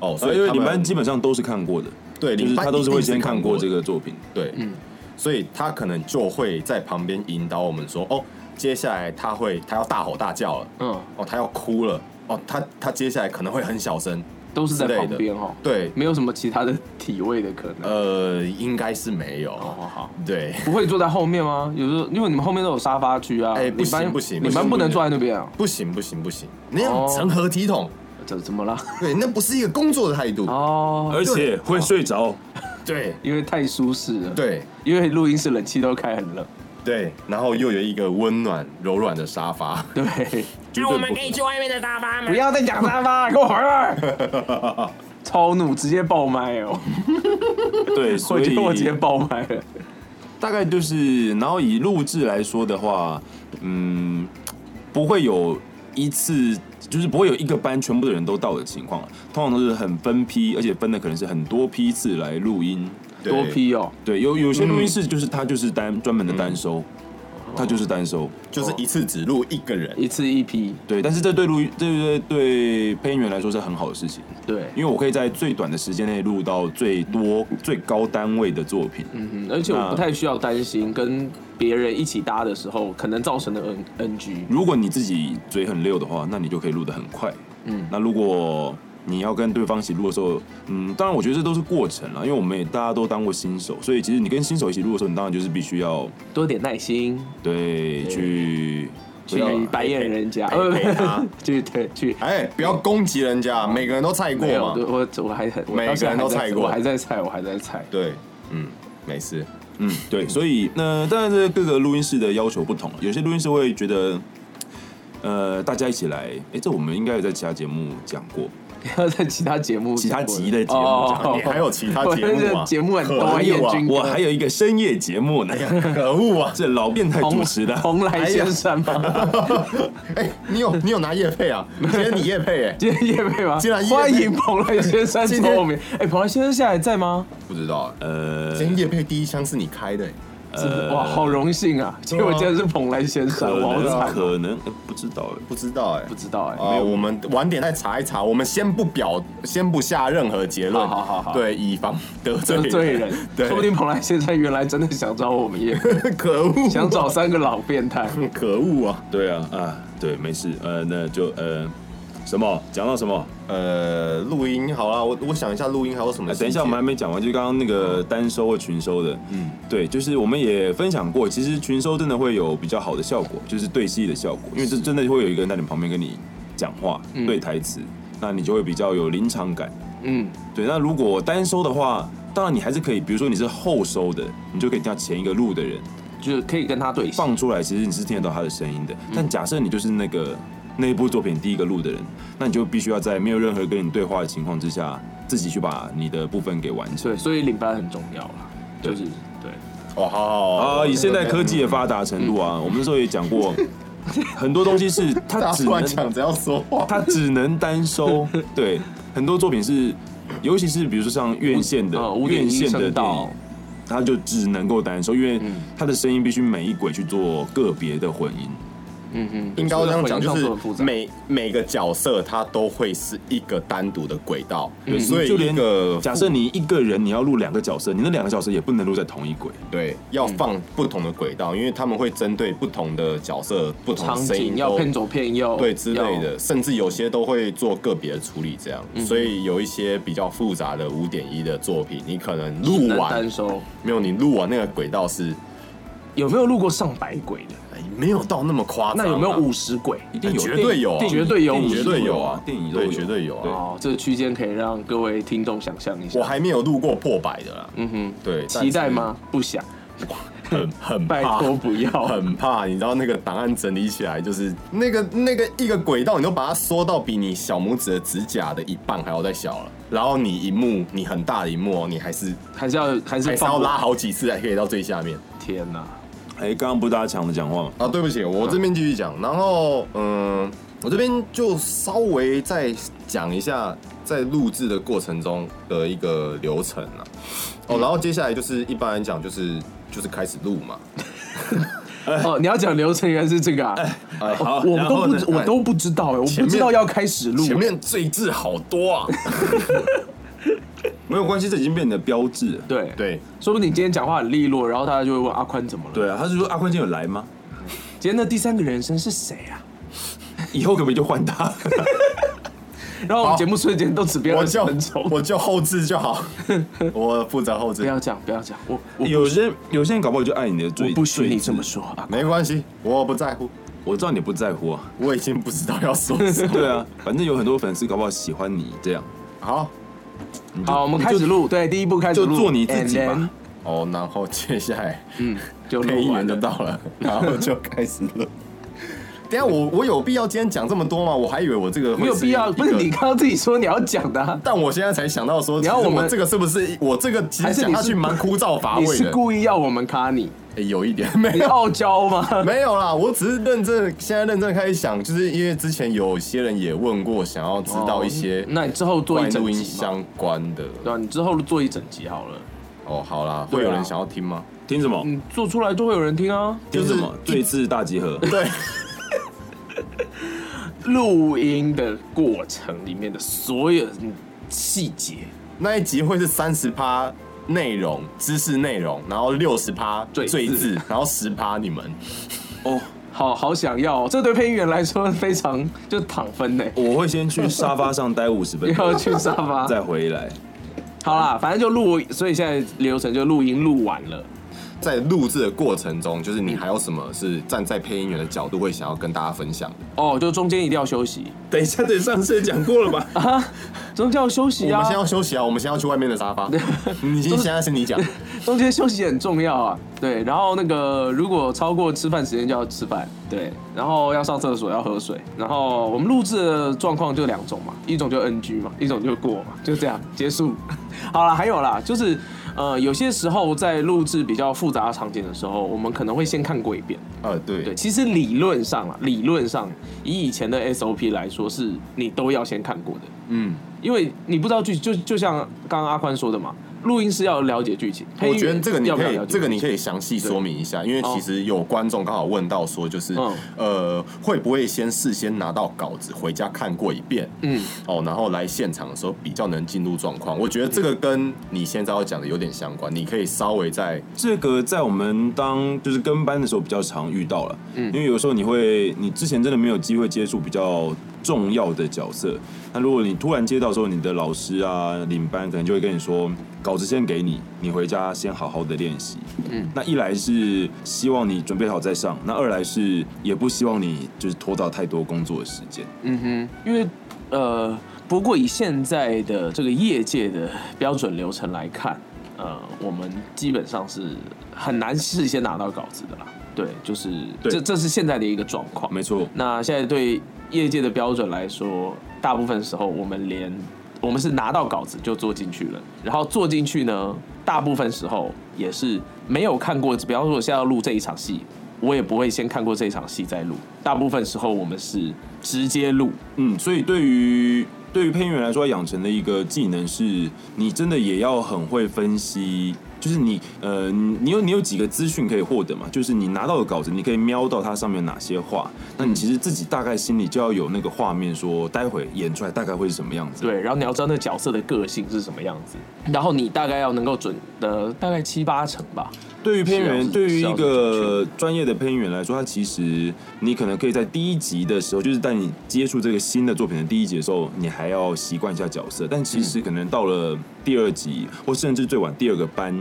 D: 哦，所
B: 所
D: 以
B: 以啊因为
D: 他
B: 你
D: 们
B: 们基本上都是看过的，
D: 对
B: 就是
D: 领班
B: 他都是会
D: 一定
B: 先看过这
D: 的，哦
B: 个作品。
D: 对，
C: 嗯
D: 所以他可能就会在旁边引导我们说，哦，接下来他会他要大吼大叫了，
C: 嗯，
D: 哦，他要哭了，哦，他他接下来可能会很小声，
C: 都是在
D: 之类
C: 旁
D: 的
C: 边哦，
D: 对，
C: 没有什么其他的体位的可能。
D: 呃，应该是没有，
B: 哦
C: 好好好。
D: 对，
C: 不会坐在后面吗？有时候因为你们后面都有沙发区啊，
D: 哎
C: 你
D: 不行
C: 班
D: 不行
C: 你
D: 不
C: 班
D: 行
C: 不能
D: 不行
C: 坐在那边啊，
D: 不行不行不行，那样
C: 哦
D: 成何体统？
C: 怎怎么了？
D: 对，那不是一个工作的态度，
C: 哦，
B: 而且会睡着，
D: 对
C: 因为太舒适了，，
D: 对。
C: 因为录音室冷气都开很冷，
D: 对，然后又有一个温暖柔软的沙发，
C: 对，
D: 就是我们可以
C: 不要再讲沙发，给我回来， 超怒，直接爆麦哦，
B: 对，
C: 我
B: 所
C: 觉
B: 以
C: 得我直接爆麦了，
B: 大概就是，然后以录制来说的话，嗯，不会有一次，就是不会有一个班全部的人都到的情况，通常都是很分批，而且分的可能是很多批次来录音。
D: 对
C: 多批哦，
B: 对，有有些录音室就是它就是单专门的单收，它就是单收。
D: 就是一次只录一个人，
C: 一次一批，
B: 对，但是这对录音，对对对配音员来说是很好的事情，
C: 对，
B: 因为我可以在最短的时间内录到最多最高单位的作品。
C: 嗯，而且我不
B: 那
C: 太需要担心跟别人一起搭的时候可能造成的 N NG。
B: 如果你自己嘴很溜的话，那你就可以录得很快。
C: 嗯
B: 嗯，那如果你要跟对方一起录的时候，嗯，当然我觉得这都是过程啦，因为我们也大家都当过新手，所以其实你跟新手一起录的时候，你当然就是必须要
C: 多点耐心，
B: 对去不
C: 去
B: 要
C: 白眼人家，
D: 陪陪陪他
C: 去对去。
D: 哎，不要攻击人家，每个人都菜过
C: 没有，
D: 嘛。
C: 我我我还很，我
D: 每
C: 到现在
D: 个人都
C: 还在
D: 踩过
C: 我还在踩，我还在踩。
D: 对，嗯，没事。
B: 嗯 对，所以那当然这各个录音室的要求不同，有些录音室会觉得。呃，大家一起来，哎、这我们应该有在其他节目讲过，
C: 要在其他节目，
B: 其他集的节目讲
C: 哦
B: 过。
D: 你还有其他节
C: 我
D: 目
C: 这
D: 啊？
C: 节目很
D: 可
C: 多
D: 恶
C: 彦
D: 啊
C: 君！
B: 我还有一个深夜节目呢，
D: 可恶啊！
B: 这老变态主持的，
C: 蓬莱先生吗？
D: 哎，你有你有拿叶配啊？今天你叶配 哎，
C: 今天夜配吗
D: 竟然？业配
C: 欢迎蓬莱先生
D: 今
C: 做
D: 天
C: 我们。哎，蓬莱先生现在还在吗？
D: 不知道哎。
B: 呃，
D: 今天叶配第一枪是你开的哎，
C: 是不是哇，好荣幸啊！结果竟然是蓬莱先
B: 可
D: 啊
C: 生，我好
B: 能
C: 惨，
B: 可能、呃不知道哎
D: 不知道哎
C: 不。知道哎。
D: 啊，我们晚点再查一查，我们先不表，先不下任何结论，
C: 好好好好
D: 对，以防得罪
C: 得罪人，
D: 对，
C: 说不定蓬莱先生原来真的想找我们也
D: 可恶，啊
C: 想找三个老变态。
D: 可恶啊！
B: 对啊啊，对，没事，呃，那就呃，什么讲到什么？
D: 呃，录音好啦，我我哎想一下录音还有什么
B: 呃
D: 细节、
B: 等一下，我们还没讲完，就是刚刚那个单收或群收的，嗯，对，就是我们也分享过，其实群收真的会有比较好的效果，就是对戏的效果，因为这真的会有一个人在你旁边跟你讲话，对台词，那你就会比较有临场感。
C: 嗯，
B: 对，那如果单收的话，当然你还是可以，比如说你是后收的，你就可以听到前一个录的人，
C: 就是可以跟他对戏。
B: 放出来，其实你是听得到他的声音的。
C: 嗯
B: 但假设你就是那个那一部作品第一个录的人，那你就必须要在没有任何跟你对话的情况之下，自己去把你的部分给完成。
C: 对，所以领班很重要啦，就是对。
D: 哦，好好好
B: 啊，以现在科技的发达程度啊，
C: 嗯
B: 我们那时候也讲过，很多东西 是它
D: 大家
B: 只
D: 突然
B: 能
D: 抢着要说话，
B: 它只能单 收。对，很多作品是，尤其是比如说像院线的
C: 呃，五点
B: 院
C: 一
B: 线的
C: 声
B: 电影
C: 道。，
B: 它就只能够单收，因为
C: 嗯
B: 它的声音必须每一轨去做个别的混音。
C: 嗯嗯，
D: 应该要这样讲，
C: 所以混音
D: 就
C: 上做得很复
D: 是
C: 杂
D: 每每个角色他都会是一个单独的轨道，
B: 对
D: 所以
B: 就
D: 一
B: 连
D: 个
B: 假设你一个人你要录两个角色，你那两个角色也不能录在同一轨。
D: 对要放不同的轨道，因为他们会针对不同的角色、不同的
C: 场
D: 声音
C: 景要
D: 都
C: 骗左骗右，
D: 对之类
C: 要。嗯
D: 的，甚至有些都会做个别的处理，这样，所以有一些比较复杂的五点一的作品，你可能录
C: 能
D: 完
C: 单收
D: 没有，你录完那个轨道是
C: 有没有录过上百轨的？
D: 哎没有到那么夸张啊，
C: 那有没有五十轨？
B: 一定有，
D: 绝对有啊
B: 电影
C: 绝对有
B: 电影
D: 绝对有啊，
B: 电影都
D: 对
B: 有，
D: 绝对有啊，
C: 哦，这个区间可以让各位听众想象一下。
D: 我还没有录过破百的啦，
C: 嗯哼，
D: 对，但
C: 期待
D: 是
C: 吗？不想，
D: 很很
C: 拜
D: 怕
C: 托不要。
D: 很怕，你知道那个档案整理起来，就是那个那个一个轨道，你都把它缩到比你小拇指的指甲的一半还要再小了。然后你一幕，你很大的一幕哦，你还是
C: 还是要还是
D: 还是要
C: 放
D: 拉。好几次才可以到最下面。
C: 天哪！
B: 哎，刚刚不是大家抢着讲话吗？
D: 啊，对不起，我这边继续讲。然后，嗯，我这边就稍微再讲一下在录制的过程中的一个流程啊。哦，
C: 嗯
D: 然后接下来就是一般来讲就是就是开始录嘛。
C: 哦，你要讲流程原来是这个啊！
D: 哎，
B: 好
C: 我
B: 然
C: 都
B: 后
C: 不
B: 呢
C: 知，我都不知道哎，我
D: 前
C: 不
D: 面
C: 知道要开始录。
D: 前面罪字好多啊。
B: 没有关系，这已经变你的标志了。
C: 对，
D: 对，
C: 说不定你今天讲话很利落，然后大家就会问阿宽怎么了？，
B: 对啊，他是说阿坤今天有来吗？
C: 今天的第三个人生是谁啊？
B: 以后可不可以就换他？
C: 然后我们节目瞬间都只变
D: 我
C: 二十
D: 就
C: 分钟。
D: 我就后置就好，我负责后
C: 不
D: 置，
C: 要讲，不要讲，我我
B: 有些有些人搞不好就爱你的
C: 我
B: 罪，
C: 不许你
B: 罪
C: 这么说啊！
D: 没关系，我不在乎，
B: 我知道你不在乎啊。
D: 我已经不知道要说什么。
B: 对啊，反正有很多粉丝搞不好喜欢你这样，
D: 好，
B: 你就
C: 好，我们开始录，对，第一步开始
B: 就
C: 录，
B: 做你自己
C: and then，
B: 吧。
D: 哦，然后接下来
C: 嗯，就
D: 配
C: 录
D: 音
C: 完
D: 员就
C: 了。
D: 到了，然后就开始了。 等一下我我有必要今天讲这么多吗？我还以为我这个会
C: 没有必要，
D: 一
C: 不是
D: 个
C: 你刚刚自己说你要讲的、啊，
D: 但我现在才想到说，
C: 你要
D: 其实
C: 我们
D: 这个是不是我这个其
C: 还
D: 实
C: 是
D: 讲
C: 你
D: 下
C: 是
D: 去蛮枯燥乏
C: 你
D: 味
C: 是
D: 的，
C: 故意要我们卡你？
D: 诶有一点 没
C: 你
D: 有。
C: 傲娇吗？
D: 没有啦，我只是认真，现在认真开始想，就是因为之前有些人也问过，想要 知道一些
C: 哦那你之后做
D: 关
C: 一
D: 于
C: 整
D: 录音
C: 集嘛，
D: 相关的。
C: 对啊，你之后做一整集好了，
D: 哦，好啦，
B: 对啊
D: 会有人想要听 吗？
B: 听什么？
C: 你做出来就会有人听啊。
B: 听什么？
D: 就是
B: 对峙大集 合。
D: 对，
C: 录音的过程里面的所有细节，
D: 那一集会是三十趴内容、知识内容，然后六十趴
C: 赘字
D: 赘字，然后十趴你们。
C: 哦，好好想要、哦，这对配音员来说非常就躺分呢。
B: 我会先去沙发上待五十分钟，
C: 要去沙 发，
B: 再回来。
C: 好啦，反正就录，所以现在流程就录音录完了。
D: 在录制的过程中，就是你还有什么是站在配音员的角度会想要跟大家分享的？
C: 哦，就中间一定要休息，
B: 等一下，对上次讲过了吧？
C: 中间要休息
D: 我们
C: 啊
D: 先，要休息啊，我们先要去外面的沙 发。你先现在是你讲，
C: 中间休息很重要啊。对，然后那个如果超过吃饭时间就要吃饭，对，然后要上厕所要喝水，然后我们录制的状况就两种嘛，一种就 NG 嘛，一种就过嘛，就这样结束。好了，还有啦，就是呃，有些时候在录制比较复杂的场景的时候，我们可能会先看过一遍。
D: 呃，对，
C: 对，其实理论上啊，理论上以以前的 SOP 来说，是你都要先看过的，
D: 嗯，
C: 因为你不知道剧，就就像刚刚阿宽说的嘛，录音师要了解剧情，
D: 我觉
C: 配
D: 得
C: 乐
D: 这个你
C: 要不
D: 可
C: 要
D: 以
C: 了，解
D: 这个
C: 剧
D: 你可以详细说明一下，因为其实有观众刚好问到说，就是
C: 嗯
D: 呃，会不会先事先拿到稿子回家看过一遍，
C: 情嗯，
D: 哦，然后来现场的时候比较能进入状况。我觉得这个跟你现在要讲的有点相关，你可以稍微再
B: 这个在我们当就是跟班的时候比较常遇到了，因为有时候你会，你之前真的没有机会接触比较重要的角色，那如果你突然接到的时候，你的老师啊、领班可能就会跟你说，稿子先给你，你回家先好好的练习。嗯，那一来是希望你准备好再上，那二来是也不希望你就是拖到太多工作的时间。
C: 因为呃，不过以现在的这个业界的标准流程来看，呃，我们基本上是很难事先拿到稿子的啦。对，就是
B: 对
C: 这这是现在的一个状况。
B: 没错，
C: 那现在对业界的标准来说，大部分时候我们连我们是拿到稿子就做进去了，然后做进去呢，大部分时候也是没有看过。比方说，我现在要录这一场戏，我也不会先看过这一场戏再录。大部分时候我们是直接录，
B: 嗯，所以对于对于配音员来说，养成的一个技能是，你真的也要很会分析，就是你呃，你你有你有几个资讯可以获得嘛？就是你拿到的稿子，你可以瞄到它上面有哪些话，那你其实自己大概心里就要有那个画面说，待会演出来大概会是什么样子。，
C: 对，然后你要知道那角色的个性是什么样子，然后你大概要能够准的大概七八成吧。
B: 对于配音
C: 是
B: 员，
C: 要
B: 对于
C: 是要
B: 一
C: 准确
B: 个专业的配音员来说，他其实你可能可以在第一集的时候，就是在你接触这个新的作品的第一集的时候，你还要习惯一下角色。但其实可能到了第二集，或甚至最晚第二个班，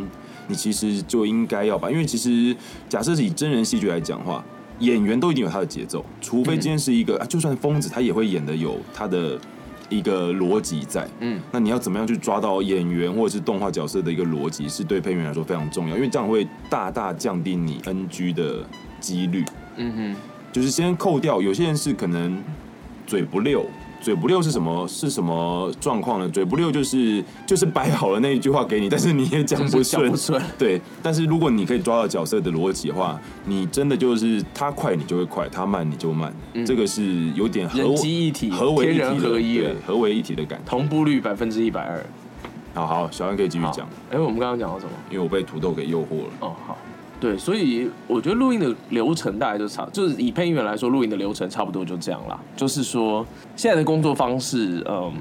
B: 你其实就应该要把，因为其实假设是以真人戏剧来讲的话。演员都一定有他的节奏，除非今天是一个，啊就算疯子，他也会演的有他的一个逻辑在。
C: 嗯
B: 嗯，那你要怎么样去抓到演员或者是动画角色的一个逻辑，是对配音员来说非常重要，因为这样会大大降低你 NG 的几率。
C: 嗯
B: 就是先扣掉，有些人是可能嘴不溜。嘴不溜是什么？是什么状况呢？嘴不溜就是就是摆好了那一句话给你，但是你也讲不
C: 就是讲
B: 顺，
C: 不顺
B: 对，但是如果你可以抓到角色的逻辑的话，你真的就是他快你就会快，他慢你就慢，这个是有点
C: 哼，
B: 合
C: 嗯人机一体，
B: 合为一
C: 天
B: 体
C: 人
B: 的
C: 合一了
B: 对，，合为一体的感觉。
C: 同步率百分之一百二。
B: 好好，小安可以继续
C: 好
B: 讲，
C: 哎，我们刚刚讲到什么？
B: 因为我被土豆给诱惑了。
C: 哦，好，对，所以我觉得录音的流程大概就差，就是以配音员来说，录音的流程差不多就这样啦。就是说，现在的工作方式，嗯，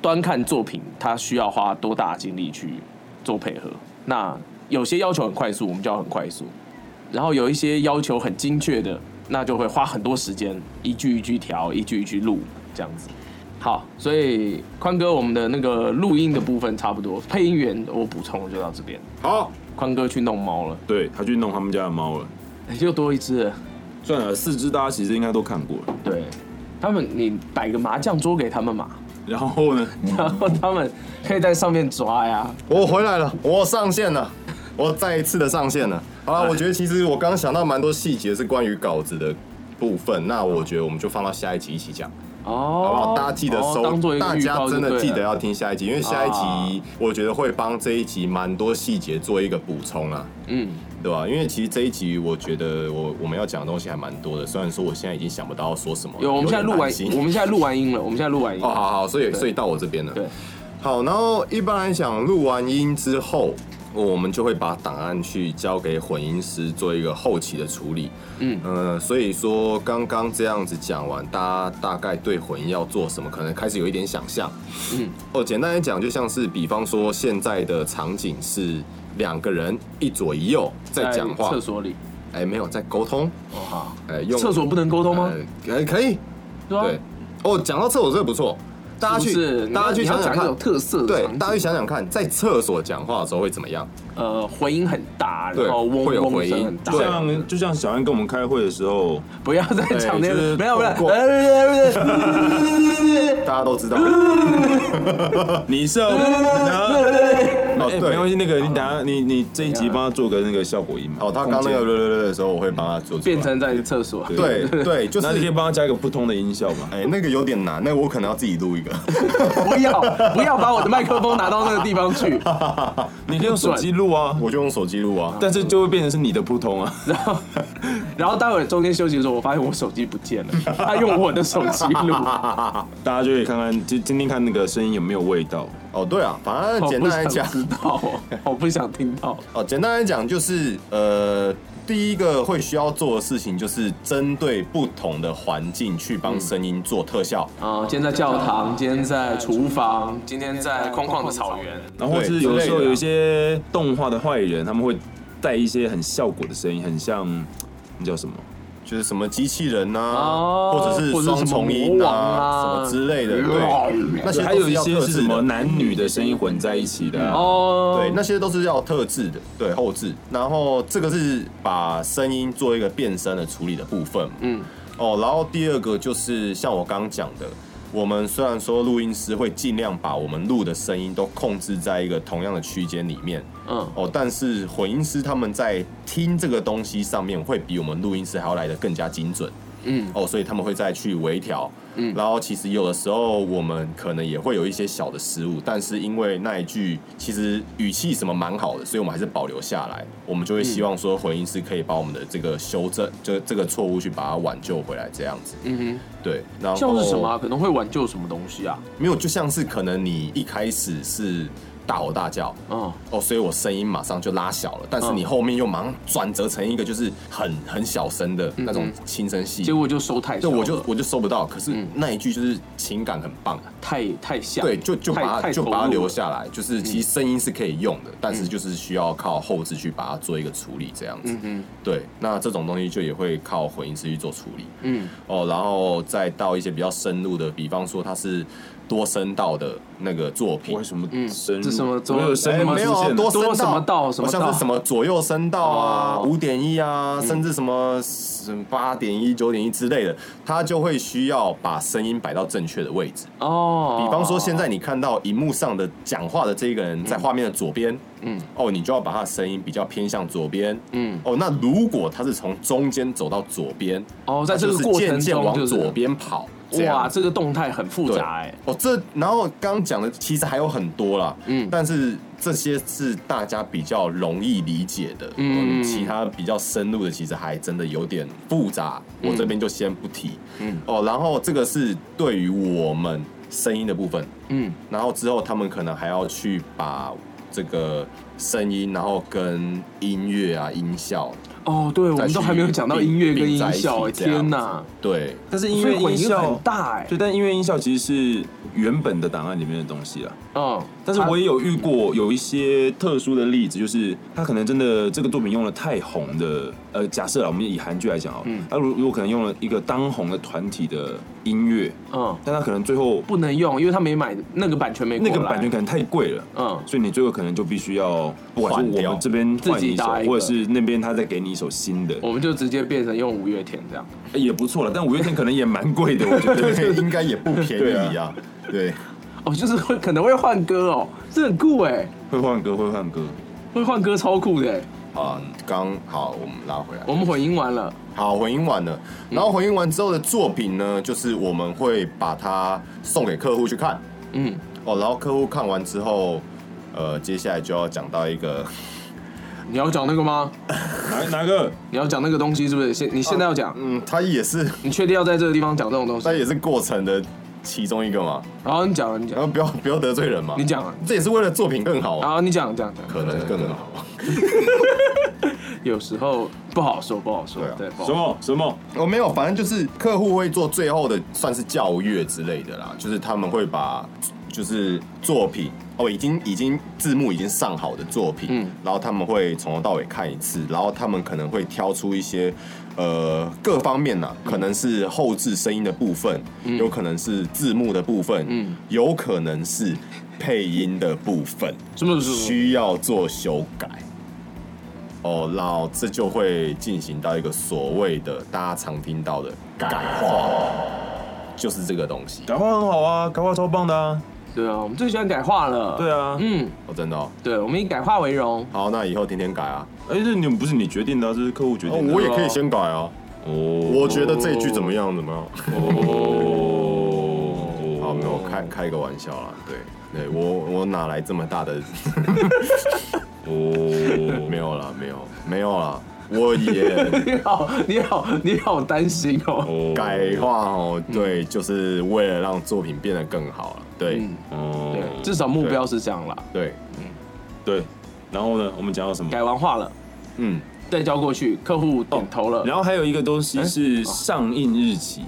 C: 端看作品，它需要花多大的精力去做配合。那有些要求很快速，我们就要很快速；然后有一些要求很精确的，那就会花很多时间，一句一句调，一句一句录，这样子。好，所以宽哥，我们的那个录音的部分差不多，配音员我补充就到这边。
B: 好，
C: 宽哥去弄猫了，
B: 对他去弄他们家的猫了。
C: 又多一只了。
B: 算了，四只大家其实应该都看过了。
C: 对，他们你摆个麻将桌给他们嘛，
B: 然后呢，
C: 然后他们可以在上面抓呀。
D: 我回来了，我上线了，
B: 哎
D: 我再一次的上线了。好了，我觉得其实我刚刚想到蛮多细节是关于稿子的部分，那我觉得我们就放到下一集一起讲。
C: 哦，
D: 好不好？大家记得
C: 哦
D: 收，
C: 当做一个
D: 大
C: 预
D: 家
C: 告就
D: 真的
C: 对
D: 记
C: 了
D: 得要听下一集，因为下一集
C: 啊
D: 我觉得会帮这一集蛮多细节做一个补充啊，
C: 嗯，
D: 对吧？因为其实这一集我觉得我我们要讲的东西还蛮多的，虽然说我现在已经想不到要说什么了，
C: 有，我们现在录完
D: 有点，担
C: 我
D: 心
C: 们现在录完音了，我们现在录完音
D: 哦，好好，所以
C: 对
D: 所以到我这边了，
C: 对，
D: 好，然后一般来讲，录完音之后，我们就会把档案去交给混音师做一个后期的处理。
C: 嗯
D: 呃，所以说刚刚这样子讲完，大家大概对混音要做什么，可能开始有一点想象。
C: 嗯，
D: 哦，简单来讲，就像是比方说现在的场景是两个人一左一右在讲话
C: 厕，所里，
D: 哎，没有在沟通，
C: 哦好，
D: 哎，用
C: 厕所不能沟通吗？
D: 呃哎，可以，
C: 对吧
D: 对，哦，讲到厕所这个不错，大家去，
C: 是不是
D: 大家去
C: 你要
D: 想
C: 讲一
D: 看
C: 种，特色的
D: 对
C: 场，景
D: 大家去想想看，在厕所讲话的时候会怎么样？
C: 呃，回音很大，
D: 对
C: 然后嗡
D: 会有
C: 嗡
D: 回音
C: 声很大，
B: 就
D: 对
B: 像就像小安跟我们开会的时候，
C: 不要再讲那
D: 对就
C: 个，
D: 是
C: 没有没有
D: 通过
C: 没有，
D: 大家都知道，
B: 你是要，然后
D: 哦
B: 哎，
D: 对
B: 没关系，那个你等下你你这一集帮他做个那个效果音嘛。
D: 哦，他刚那个略略略的时候，我会帮他做出来
C: 变，成在厕所，
D: 对 对，就
B: 那你可以
D: 是。
B: 帮他加一个不通的音效嘛？
D: 哎，那个有点难，那个我可能要自己录一个。
C: 不要不要把我的麦克风拿到那个地方去，
B: 你可以用手机录啊，
D: 我就用手机录啊。
B: 但是就会变成是你的不通啊。
C: 然后 然后待会儿中间休息的时候，我发现我手机不 见了，他用我的手机录，
B: 大家就可以看看，就听听看那个声音有没有味道。
D: 哦，对啊，反正
C: 我
D: 简
C: 不
D: 单来
C: 想
D: 讲，
C: 知道，我不想听到，
D: 哦，简单来讲就是，呃，第一个会需要做的事情就是针对不同的环境去
C: 嗯
D: 帮声音做特效。
C: 啊、今天在教堂，今天在厨房，今天在空旷的草原。
B: 然后或是
D: 对
B: 有时
D: 之类
B: 候
D: 的啊
B: 有一些动画的坏人，他们会带一些很效果的声音，很像那叫什么？
D: 就是什么机器人呐、啊
C: 哦
D: 或者
C: 或
D: 是
C: 者
D: 双
C: 是什么
D: 重音
C: 魔
D: 呐、
C: 王啊
D: 什么之类的，对， 那些
B: 还
D: 都
B: 有一
D: 要
B: 些
D: 特
B: 是
D: 制
B: 什么
D: 的嗯
B: 男女的声音混在一起的、啊。
C: 哦，
D: 对，那些都是要特制的，对后置。然后这个是把声音做一个变声的处理的部分。
C: 嗯，
D: 哦，然后第二个就是像我刚讲的，我们虽然说录音师会尽量把我们录的声音都控制在一个同样的区间里面，
C: 嗯，
D: 哦，但是混音师他们在听这个东西上面会比我们录音师还要来的更加精准。
C: 嗯，
D: 哦，所以他们会再去微调。
C: 嗯
D: 然后其实有的时候我们可能也会有一些小的失误，但是因为那一句其实语气什么蛮好的，所以我们还是保留下来。我们就会希望说回音师可以把我们的这个修正，就这个错误去把它挽救回来，这样子。
C: 嗯
D: 对，然后
C: 哼，像是什么啊、？可能会挽救什么东西啊？
D: 没有，就像是可能你一开始是大吼大叫，
C: 嗯，
D: 哦，所以我声音马上就拉小了，但是
C: 嗯
D: 你后面又马上转折成一个就是很很小声的那种
C: 嗯
D: 轻声细语。
C: 结果就收太小
D: 对，
C: 了，
D: 我就我就收不到。可是
C: 嗯
D: 那一句就是情感很棒，啊
C: 太太像，
D: 对，就就把
C: 太
D: 它
C: 太
D: 就
C: 投
D: 把它
C: 入
D: 留
C: 了嗯
D: 下来。就是其实声音是可以用的，但是就是需要靠后置去把它做一个处理，这样子。
C: 嗯
D: 对，那这种东西就也会靠混音师去做处理。
C: 嗯
D: 哦，然后再到一些比较深入的，比方说它是多声道的那个作品
B: 为。什么
C: 嗯
B: 深入？
C: 这什么怎
B: 怎
C: 么
B: 么有
D: 哎
B: 深入
D: 没有啊，
B: 出现
D: 多
B: 啊？
D: 声
C: 多什么道什么
D: 像
C: 道
D: 是什么左右声道啊，
C: 哦
D: 五点一啊，甚至什么八点一、九点一之类的，它就会需要把声音摆到正确的位置。
C: 哦，
D: 比方说，现在你看到荧幕上的讲话的这个人在画面的左边，
C: 嗯
D: 哦，你就要把他的声音比较偏向左边，
C: 嗯
D: 哦，那如果他是从中间走到左边，
C: 哦，在
D: 那
C: 这
D: 就
C: 个
D: 是
C: 过程
D: 渐渐
C: 中
D: 往
C: 就是
D: 左边跑，这样
C: 哇，这个动态很复
D: 对
C: 杂哎，
D: 哦，这然后刚刚讲的其实还有很多啦，
C: 嗯
D: 但是这些是大家比较容易理解的，
C: 嗯
D: 嗯，其他比较深入的其实还真的有点复杂，我这边就先不提，
C: 嗯
D: 嗯，哦，然后这个是对于我们声音的部分，
C: 嗯
D: 然后之后他们可能还要去把这个声音，然后跟音乐啊、音效，
C: 哦，对，我
D: 再
C: 们
D: 去
C: 都还没有讲到音乐跟音
D: 并在一起
C: 效哎，
D: 这样
C: 天
D: 子
C: 哪，
D: 对，
B: 但是
C: 音
B: 音
C: 乐
B: 乐
C: 混
B: 音
C: 音
B: 效
C: 很大哎
B: 对，，但音乐音效其实是原本的档案里面的东西啊啦。
C: 嗯，
B: 但是我也有遇过有一些特殊的例子，就是他可能真的这个作品用了太红的，呃，假设啊，我们以韩剧来讲好了，
C: 嗯
B: 他如如果可能用了一个当红的团体的音乐，
C: 嗯
B: 但他可能最后
C: 不能用，因为他没买那个版权没过
B: 那个
C: 来
B: 版权可能太贵了。
C: 嗯
B: 所以你最后可能就必须要，不管
D: 换
B: 是我
D: 掉
B: 们这边换
C: 自己
B: 一首
C: 搭一，个
B: 或者是那边他再给你一首新的，
C: 我们就直接变成用五月天这样。
B: 欸也不错了。但五月天可能也蛮贵的，我觉 得。
D: 应该也不便宜啊，对。
C: 哦，就是会 可能会换歌哦，这很酷哎，
B: 会换歌，会换歌。
C: 会换歌超酷的哎。
D: 好了，啊刚好我们拉回来。
C: 我们混音完了，
D: 好，混音完了，然后混音完之后的作品呢，就是我们会把它送给客户去看
C: 嗯，
D: 哦，然后客户看完之后，呃，接下来就要讲到一个，
C: 你要讲那个吗？
B: 哪哪个？
C: 你要讲那个东西是不是？现你现在要讲，
D: 嗯，它也是
C: 你确定要在这个地方讲这种东西
D: 它？也是过程的其中一个嘛，
C: 然后你讲了，你
D: 然
C: 讲，
D: 后不要不要得罪人嘛，
C: 你啊讲了，
D: 这也是为了作品更好，啊
C: 然后你讲，讲讲，
D: 可能更好，
C: 有时候不好说，不好说
D: 对啊，
C: 对，不好
B: 什
C: 说。
B: 么什么？
D: 哦，没有，反正就是客户会做最后的算是教育之类的啦，就是他们会把就是作品哦，已经已经字幕已经上好的作品，
C: 嗯
D: 然后他们会从头到尾看一次，然后他们可能会挑出一些呃各方面呐、
C: 嗯
D: 可能是后置声音的部分，有可能是字幕的部分，
C: 嗯
D: 有可能是配音的部分，
C: 什么什么什么？
D: 需要做修改。哦，然后这就会进行到一个所谓的大家常听到的改化，就是这个东西。
B: 改话很好啊，改话超棒的啊。
C: 对啊，我们最喜欢改话了。
B: 对，啊，
C: 嗯，
D: 哦，真的哦。
C: 对，我们以改话为荣。
D: 好，那以后天天改啊。
B: 哎，这你们不是你决定的啊，这是客户决
D: 哦
B: 定，的。
D: 我也可以先改啊。
B: 哦，
D: 我觉得这一句怎么样？怎么样？
B: 哦，
D: 好，没有开开个玩笑啦。对，对我我哪来这么大的？
B: 哦，
D: 没有啦，没有，没有啦。我也
C: 你好，你好，你好担心哦。
B: 有
D: 改化哦，对，就是为了让作品变得更好了。对
C: 嗯，，对，
B: 哦，
C: 至少目标是这样啦。
D: 对，
B: 对。然后呢，我们讲到什么？
C: 改完话了，
D: 嗯，
C: 再交过去，客户点头了。
B: 然后还有一个东西
C: 哎
B: 是上映日期，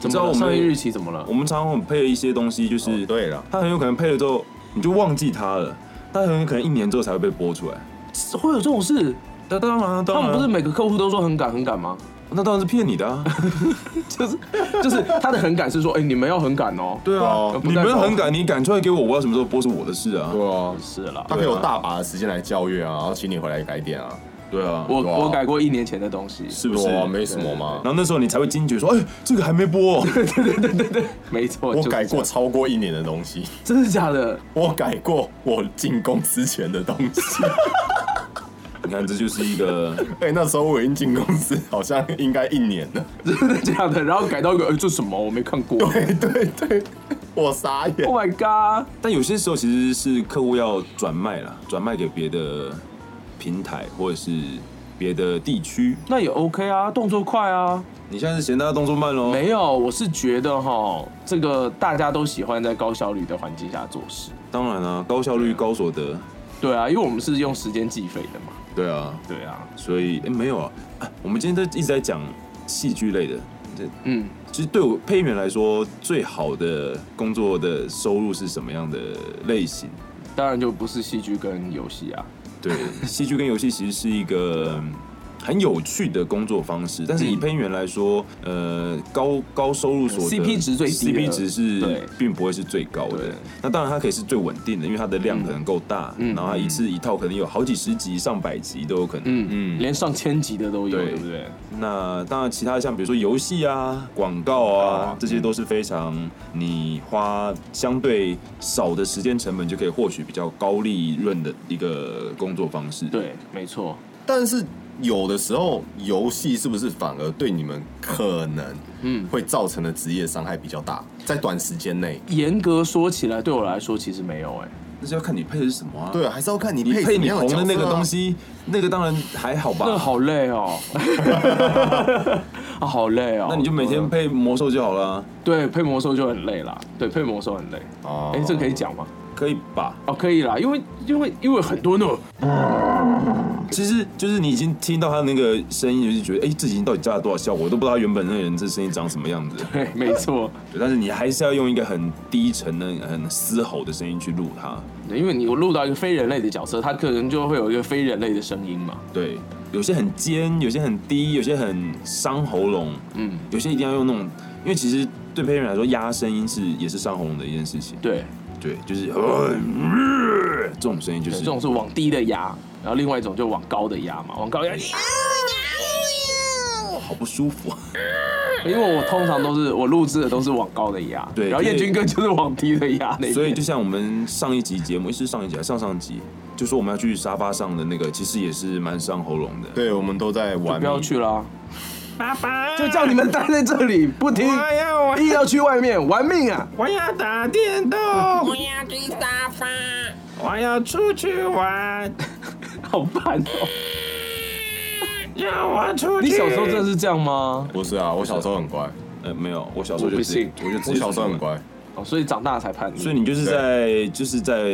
C: 怎
B: 你知
C: 么
B: 道
C: 了
B: 我们
C: 上映日期怎么了
B: 我？们常常很配一些东西，就是
D: 哦对了，
B: 它很有可能配了之后你就忘记它了，它很有可能一年之后才会被播出来。
C: 会有这种事？
B: 那当然啊，
C: 他
B: 当
C: 们不是
B: 然啊，
C: 每个客户都说很赶很赶吗？
B: 那当然是骗你的啊。
C: 就是就是他的很赶是说，哎，你们要很赶哦。
B: 对啊
D: 哦，
B: 你们很赶，你赶出来给我，我要什么时候播是我的事啊。
D: 对啊，
C: 是啦
D: 他，可以有大把的时间来教育啊，然后请你回来改点啊，
B: 对啊，
C: 我
D: 对啊
C: 我改过一年前的东西，
B: 是不是？
D: 对啊没什么嘛
B: 然。后那时候你才会惊觉说，哎，这个还没播哦。
C: 没错，
D: 我
C: 就是
D: 改
C: 这
D: 过
C: 样，
D: 超过一年的东西，
C: 真的假的？
D: 我改过我进公司前的东西。
B: 你看，这就是一个
D: 哎、那时候我已经进公司，好像应该一年了。
C: 真的假的？然后改到一个，哎，这什么？我没看过。
D: 对对对，我傻眼
C: Oh。my god！
B: 但有些时候其实是客户要转卖啦，转卖给别的平台或者是别的地区。
C: 那也 OK 啊，动作快啊。
B: 你现在是嫌大家动作慢喽？
C: 没有，我是觉得哈，这个大家都喜欢在高效率的环境下做事。
B: 当然啊，高效率、高所得。
C: 对啊，因为我们是用时间计费的嘛。
B: 对啊，
C: 对啊，
B: 所以、诶没有啊啊，我们今天都一直在讲戏剧类的。这
C: 嗯，
B: 其实对我配音员来说，最好的工作的收入是什么样的类型？
C: 当然就不是戏剧跟游戏啊。
B: 对，戏剧跟游戏其实是一个嗯很有趣的工作方式，但是
C: 嗯
B: 以配音员来说，呃，高高收入所得
C: CP 值最低的
B: ，CP 值
C: 对
B: 是并不会是最高
C: 对
B: 的。那当然，它可以是最稳定的，因为它的量可能够大，
C: 嗯
B: 然后它一次一套可能有好几十集、上百集都有可能。
C: 嗯嗯，连上千级的都有，
B: 对
C: 对不对？
B: 那当然，其他像比如说游戏啊、广告啊，这些都是非常你花相对少的时间成本就可以获取比较高利润的一个工作方式。
C: 对，没错。
D: 但是有的时候，游戏是不是反而对你们可能
C: 嗯
D: 会造成的职业伤害比较大？在短时间内，
C: 严格说起来，对我来说其实没有哎、
B: 那是要看你配的是什么啊。
D: 对啊，还是要看你
B: 你配
D: 什么
B: 你
D: 样
B: 红
D: 角色
B: 的
D: 啊
B: 那个东。西，那个当然还好
C: 那
B: 吧。
C: 好累哦，啊，好累哦。
B: 那你就每天配魔兽就好了啊，
C: 对配魔兽就很累啦，对配魔兽很累。
D: 哦
C: 哎、这可以讲吗？
B: 可以吧？
C: 哦，可以啦，因为因为因为很多那种
B: 其实就是你已经听到他那个声音，就是觉得哎，自己到底加了多少效果，我都不知道他原本那个人这声音长什么样子。
C: 对，没错，
B: 对但是你还是要用一个很低沉的、很嘶吼的声音去录它。
C: 因为你录到一个非人类的角色，他可能就会有一个非人类的声音嘛。
B: 对，有些很尖，有些很低，有些很伤喉咙，
C: 嗯，
B: 有些一定要用那种，因为其实对配音员来说，压声音是也是伤喉咙的一件事情。
C: 对，
B: 对，就是、呃这种声音就
C: 对
B: 是
C: 这种是往低的压，然后另外一种就往高的压嘛，往高压，哎
B: 好不舒服。
C: 因为我通常都是我录制的都是往高的压，
B: 对
C: 然后燕
B: 所以
C: 军哥就是往低的压那边，
B: 所以就像我们上一集节目，是上一集啊还是上上集，就说我们要去沙发上的那个，其实也是蛮伤喉咙的。
D: 对，我们都在
C: 就
D: 玩。
C: 不要去啦。爸爸，就叫你们待在这里，不听，
A: 要
C: 硬要去外面玩命啊！
A: 我要打电动，
E: 我要去沙发，
A: 我要出去玩，
C: 好烦哦、
A: 让我出去。
C: 你小时候真的是这样吗？
D: 不是啊，我小时候很乖，
B: 呃，没有，我小时候
C: 我
B: 就
C: 不
B: 直接
C: 信
B: 我就直
D: 我
B: 接
D: 小时候
B: 出去
D: 很
B: 玩。
D: 乖。
C: 哦，所以长大才叛逆。
B: 所以你就是在就是在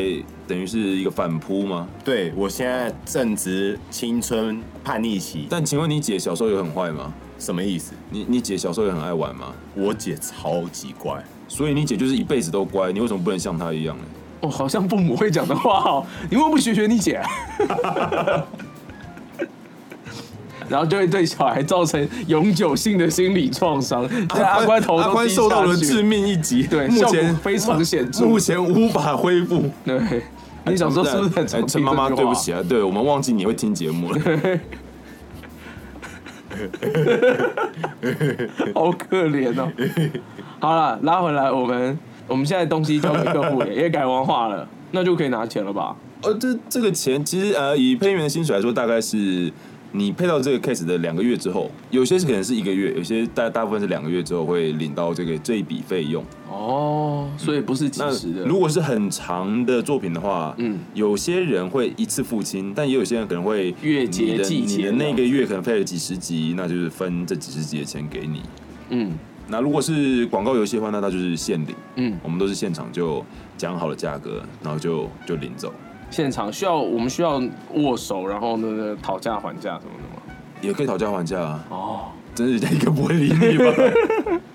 B: 等于是一个反扑吗？
D: 对我现在正值青春叛逆期，
B: 但请问你姐小时候有很坏吗？
D: 什么意思？
B: 你你姐小时候也很爱玩吗？
D: 我姐超级乖，
B: 所以你姐就是一辈子都乖，你为什么不能像她一样呢？
C: 哦，好像父母会讲的话哦，你为什么不学学你姐、 然后就会对小孩造成永久性的心理创伤，对阿关头
B: 阿
C: 都
B: 宽
C: 低
B: 受到
C: 下
B: 了
C: 去
B: 致命一击，
C: 对
B: 目
C: 效果
B: 前
C: 非常显著
B: 目前无法恢复。
C: 对，你 小时候是不是很
B: 哎
C: 常
B: 陈
C: 听
B: 妈妈，
C: 这句
B: 对不
C: 话
B: 起啊，对我们忘记你会听节目了。
C: 好可怜哦。好了，拉回来，我们我们现在东西交给客户了，也改文化了，那就可以拿钱了吧？
B: 呃，这这个钱其实呃，以配音员的薪水来说，大概是你配到这个 case 的两个月之后，有些是可能是一个月，有些大大部分是两个月之后会领到这个这一笔费用。
C: 哦，所以不是及
B: 那
C: 时的。
B: 如果是很长的作品的话，
C: 嗯
B: 嗯，有些人会一次付清，但也有些人可能会
C: 月结
B: 你的
C: 季结
B: 你的
C: 这
B: 那
C: 样
B: 个月可能配了几十集，那就是分这几十集的钱给你。
C: 嗯
B: 那如果是广告游戏的话，那它就是现领，
C: 嗯，
B: 我们都是现场就讲好了价格，然后就就领走，
C: 现场需要我们需要握手，然后呢讨价还价什么的吗？
B: 也可以讨价还价啊。
C: 哦，
B: 真是人家应该不会理 你吧？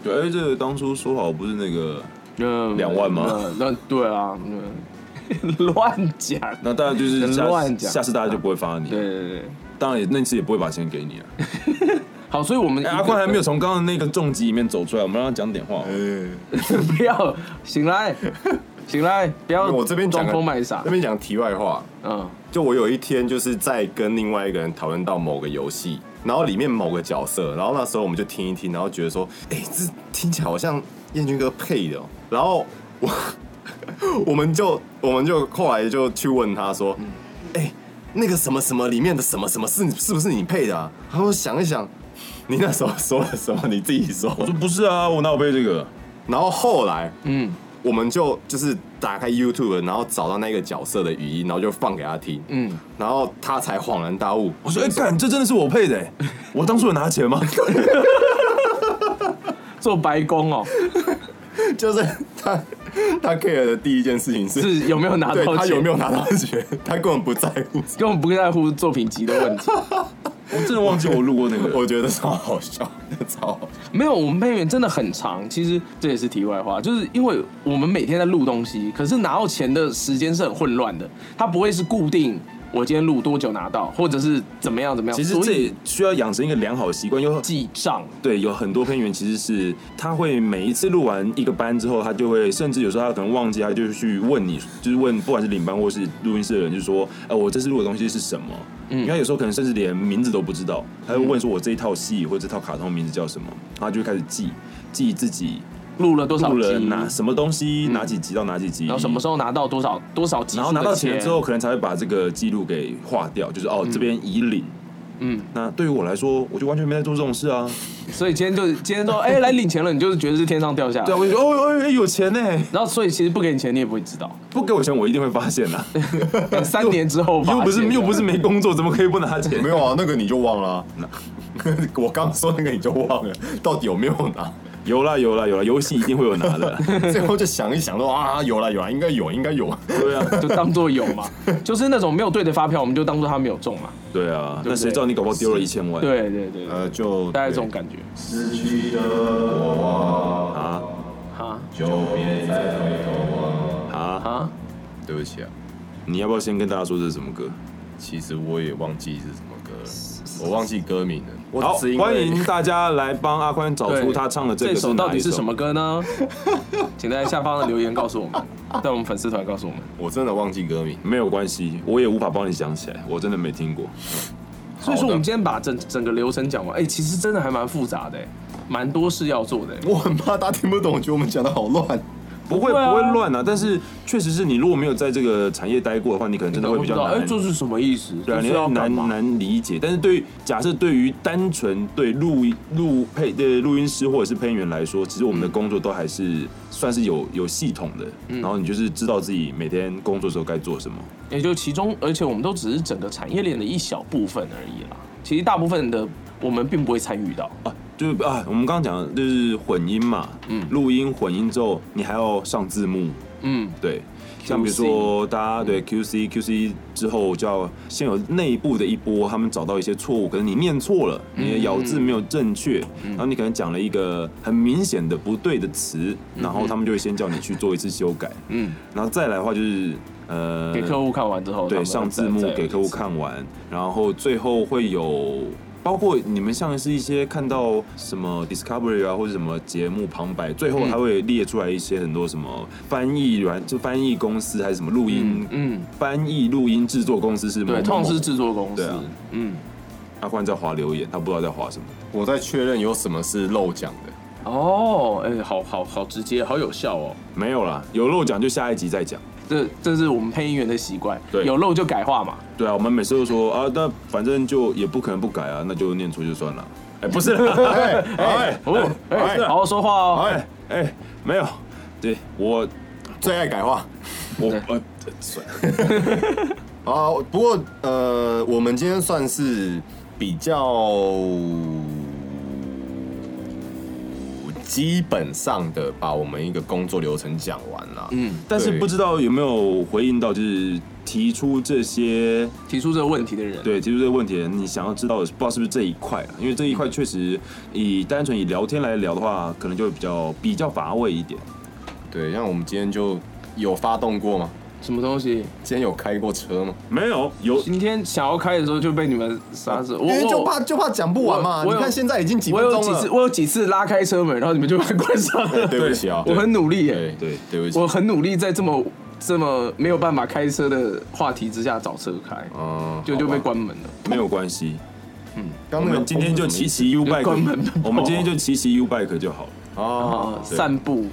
B: 对，而且这个当初说好不是那个，
C: 那
B: 两万吗
C: 那那对啊，那 乱讲。
B: 那大家就是下
C: 乱讲
B: 下次大家就不会发你，
C: 对对对，
B: 当然也那次也不会把钱给你了。
C: 好，所以我们、
B: 哎阿宽还 没有从刚刚那个重击里面走出来，我们让他讲点话。
C: 哎
D: 嗯，
C: 不要 醒来，醒来，不要
D: 我这边讲
C: 装
D: 个
C: 疯卖傻
D: 这。边讲题外话，
C: 嗯，
D: 就我有一天就是在跟另外一个人讨论到某个游戏，然后里面某个角色，然后那时候我们就听一听，然后觉得说，哎、这听起来好像燕军哥配的哦、然后我我们就我们就后来就去问他说，哎、那个什么什么里面的什么什么是是不是你配的啊？他说想一想，你那时候说了什么？你自己说。
B: 我说不是啊，我哪有背这个？
D: 然后后来
C: 嗯
D: 我们就就是打开 YouTube，然后找到那个角色的语音，然后就放给他听，
C: 嗯，
D: 然后他才恍然大悟。
B: 我说哎干，这真的是我配的 欸，我当初有拿钱吗？
C: 做白工哦，
D: 就是他他 care 的第一件事情是，
C: 是有没有拿到
D: 对
C: 钱？
D: 他有没
C: 有？
D: 有拿到钱， 他根本不在乎。
C: 根本不在乎作品集的问题。
B: 我真的忘记我录过那个。
D: 我觉得超好笑，超好笑。
C: 没有，我们配员真的很长。其实这也是题外话，就是因为我们每天在录东西，可是拿到钱的时间是很混乱的，它不会是固定。我今天录多久拿到，或者是怎么样怎么样？
B: 其实
C: 所
B: 这
C: 以
B: 也需要养成一个良好的习惯，因为
C: 记账，
B: 对，有很多配音员其实是他会每一次录完一个班之后，他就会甚至有时候他可能忘记，他就去问你，就是问不管是领班或是录音室的人，就说，哎、我这次录的东西是什么？因为他有时候可能甚至连名字都不知道，他就问说我这一套戏或者这套卡通名字叫什么，然后他就开始记记自己
C: 录了多少
B: 录
C: 集，
B: 了哪什么东西，哪几集到哪几集，
C: 然后什么时候拿到多少多少集，
B: 嗯然后拿到钱之后，，可能才会把这个记录给划掉，就是哦、这边已领。
C: 嗯，
B: 那对于我来说，我就完全没在做这种事 啊。
C: 所以今天就是今天说，哎，来领钱了，你就是觉得是天上掉下来
B: 对啊，。我就觉得哦哦，哎有钱呢、
C: 然后所以其实不给你钱，你也不会 知道。
B: 不给我钱，我一定会发现 的、
C: 等三年之后吧，
B: 又不是又不是没工作，怎么可以不拿钱
D: 没？有 啊，那个你就忘了啊、 我刚说那个你就忘了，到底有没有拿？
B: 有啦有啦有啦，游戏一定会有拿 的。
D: 最后就想一想说啊，有了有了，应该有，应该有。
B: 对啊，
C: 就当做有嘛，就是那种没有对的发票，我们就当做他没有中嘛。
B: 对啊，那
C: 不对
B: 谁知道你搞不好丢了一千万？
C: 对对对，对
D: 呃，就
C: 大概这种感觉。
B: 啊
C: 啊
B: 啊！
C: 啊！
D: 对不起啊，
B: 你要不要先跟大家说这是什么歌？
D: 其实我也忘记是什么歌了，我忘记歌名了。我
B: 好
D: 只因，为
B: 欢迎大家来帮阿宽找
C: 对
B: 出他唱的这
C: 这
B: 个
C: 首到底是
B: 哪一
C: 什么？歌呢？ 请在下方的留言告诉我 们，在我们粉丝团告诉我们。
D: 我真的忘记歌名。
B: 没有关系，我也无法帮你想起来，我真的没听过。
C: 所以说，我们今天把整整个流程讲完，哎，其实真的还蛮复杂的。哎蛮多事要做的。
D: 我很怕大家听不懂，我觉得我们讲的好乱。
B: 不会
C: 不会啊
B: 不会乱啊，但是确实是你如果没有在这个产业待过的话，你可能真的会比较
C: 哎、
B: 难。
C: 这是什么意思？
B: 对啊，
C: 这
B: 你
C: 是要
B: 会
C: 干
B: 难
C: 嘛？
B: 难理解。但是对于假设对于单纯对录音录配的录音师或者是配音员来说，其实我们
C: 嗯
B: 的工作都还是算是有有系统的。然后你就是知道自己每天工作的时候该做什么。
C: 也就其中，而且我们都只是整个产业链的一小部分而已啦。其实大部分的我们并不会参与到。
B: 啊，就是啊，我们刚刚讲的就是混音嘛，嗯，录音混音之后，你还要上字幕，
C: 嗯，
B: 对，像比如说大家对 QC QC 之后，就要先有内部的一波，他们找到一些错误，可能你念错了，
C: 嗯
B: 你的咬字没有正确，然后你可能讲了一个很明显的不对的词，然后他们就会先叫你去做一次修改，
C: 嗯，
B: 然后再来的话就是呃，
C: 给客户看完之后，他
B: 对，
C: 们
B: 上
C: 再
B: 字幕
C: 再
B: 给客户看完，然后最后会有。包括你们像是一些看到什么 Discovery 啊，或者什么节目旁白，最
C: 嗯
B: 后还会列出来一些很多什么翻译软，就翻译公司还是什么录音，
C: 嗯嗯
B: 翻译录音制作公司是某
C: 对，
B: 某
C: 通常
B: 某
C: 是，制作公司。
B: 对啊
C: 嗯，
B: 他忽然在划留言，他不知道在划什么。
D: 我在确认有什么是漏讲的。
C: 哦，哎、好好好直接，好有效哦。
B: 没有啦，有漏讲就下一集再讲。
C: 这这是我们配音员的习惯，
B: 对
C: 有漏就改话嘛。
B: 对啊，我们每次都说啊，那反正就也不可能不改啊，那就念错就算了。哎，不是啦，
D: 哎哎
C: 哦，哎、
D: 哎
C: 好好说话哦。
D: 哎，
B: 哎，没有，对我
D: 最爱改话。
B: 我呃，算了
D: 啊，不过呃，我们今天算是比较基本上的把我们一个工作流程讲完了。嗯，
B: 但是
D: 对
B: 不知道有没有回应到，就是提出这些
C: 提出这个问题的人，
B: 对提出这个问题的人，你想要知道的，不知道是不是这一块啊？因为这一块确实以单纯以聊天来聊的话，可能就会比较比较乏味一点。
D: 对，像我们今天就有发动过吗？
C: 什么东西？
D: 今天有开过车吗？
B: 没有有
C: 今天想要开的时候就被你们杀死，我
D: 因为就
C: 我
D: 怕就怕讲不完嘛。
C: 我
D: 你
C: 我有
D: 看现在已经几
C: 我
D: 分
C: 有
D: 钟
C: 几次
D: 了。
C: 我有几次拉开车门，然后你们就把它关上了。
D: 对不起啊，
C: 我很努力耶、
D: 对对对不起。
C: 我很努力在这么这么没有办法开车的话题之下找车开，
D: 嗯，
C: 就就被关门了。
B: 没有关系，
D: 刚
B: 我
D: 那个
B: 们今天就骑骑 U
C: 就关门
B: bike，我们今天就骑骑 U bike 就好了。
D: 哦
C: 呃，，散步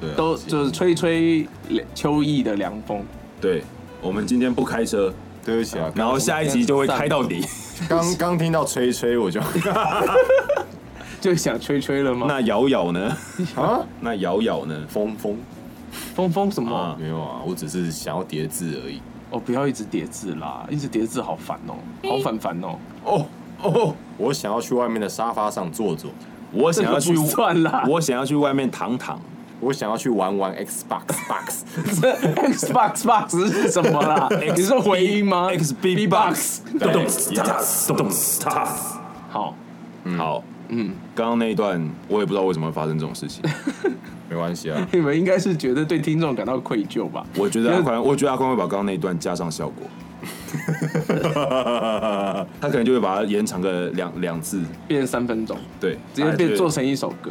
D: 对啊
C: 都就是吹一吹秋意的凉风，
B: 对，我们今天不开车，
D: 对不起啊。
B: 然后下一集就会开到底。
D: 刚刚听到吹吹我就
C: 就想吹吹了吗？
B: 那瑶瑶呢？
D: 啊
B: 那瑶瑶呢？
D: 风风
C: 风风什么？
B: 啊
D: 没有啊，我只是想要叠字而已。
C: 哦，不要一直叠字啦，一直叠字好烦哦、好烦烦哦。
D: 哦哦，我想要去外面的沙发上坐坐，
B: 我想要去
C: 这个不算啦
B: 我想要去外面躺躺。
D: 我想要去玩玩 Xbox Box。
C: 这 Xbox Box 是什 么啦？你是回音吗
B: XB box，
C: Box
B: 咚咚呲咚咚呲
C: 好，
B: 好，嗯，刚刚那一段我也不知道为什么会发生这种 事情。
D: 没关系啊，
C: 你们应该是觉得对听众感到愧疚吧？
B: 我觉得阿宽，我觉得阿宽会把刚刚那一段加上效果， 他可能就会把它延长个两两次，
C: 变三分钟，
B: 哎对，
C: 直接
B: 大家就
C: 变
B: 会
C: 做成一首歌。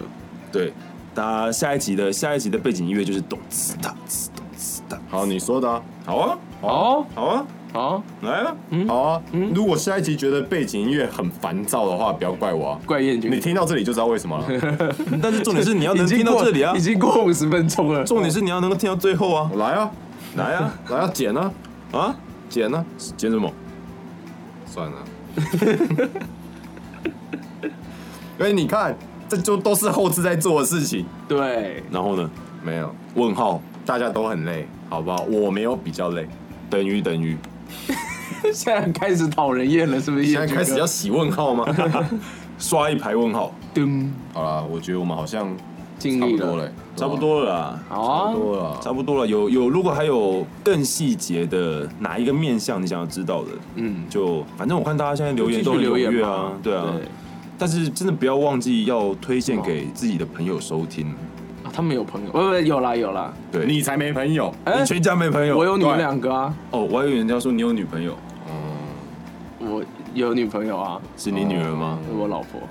B: 对。大家下一集的下一集的背景音乐就是咚呲哒呲咚呲哒，
D: 好，你说的啊，
B: 好啊，
C: 哦
B: 好啊，
C: 哦，
B: 来啊，
D: 好啊。如果下一集觉得背景音乐很烦躁的话，不要怪我啊。
C: 怪彦君，
D: 你听到这里就知道为什么 了。
B: 但是重点是你要能
C: 已经
B: 听到
C: 过
B: 这里啊
C: 已，经过五十分 钟了。
B: 重点是你要能够听到最后啊，
D: 来啊，
B: 来啊，
D: 来啊，剪啊，
B: 啊，
D: 剪啊，
B: 剪什么？
D: 算 了。因为哎你看，这就都是后置在做的事情。
C: 对，
B: 然后呢？
D: 没有，
B: 问号
D: 大家都很累，好不好？我没有比较累，
B: 等于等于，
C: 现在开始讨人厌了，是不是？
D: 现在开始要洗问号吗？
B: 刷一排问号，
C: 噔
D: 好啦，我觉得我们好像
C: 尽
D: 差不
C: 力
D: 多
C: 了。
D: 了，
B: 差不多了啦。
C: 好
D: 差
C: 啊
D: 不，多了。
B: 差不多了，有有，如果还有更细节的哪一个面向你想要知道的，
C: 嗯，
B: 就反正我看大家现在留言
C: 继
B: 都
C: 续
B: 很
C: 留
B: 踊
C: 言
B: 跃
C: 吧
B: 啊，。对啊，但是真的不要忘记要推荐给自己的朋友收听，
C: 啊他们有朋友，不不，有啦有啦。
B: 对
D: 你才没朋友，
C: 哎
B: 你，全家没朋友，
C: 我有你们
B: 对
C: 两个啊，
B: 哦，我还以为人家说你有女朋友，
C: 我有女朋友啊，
B: 是你女儿吗？
C: 我老婆，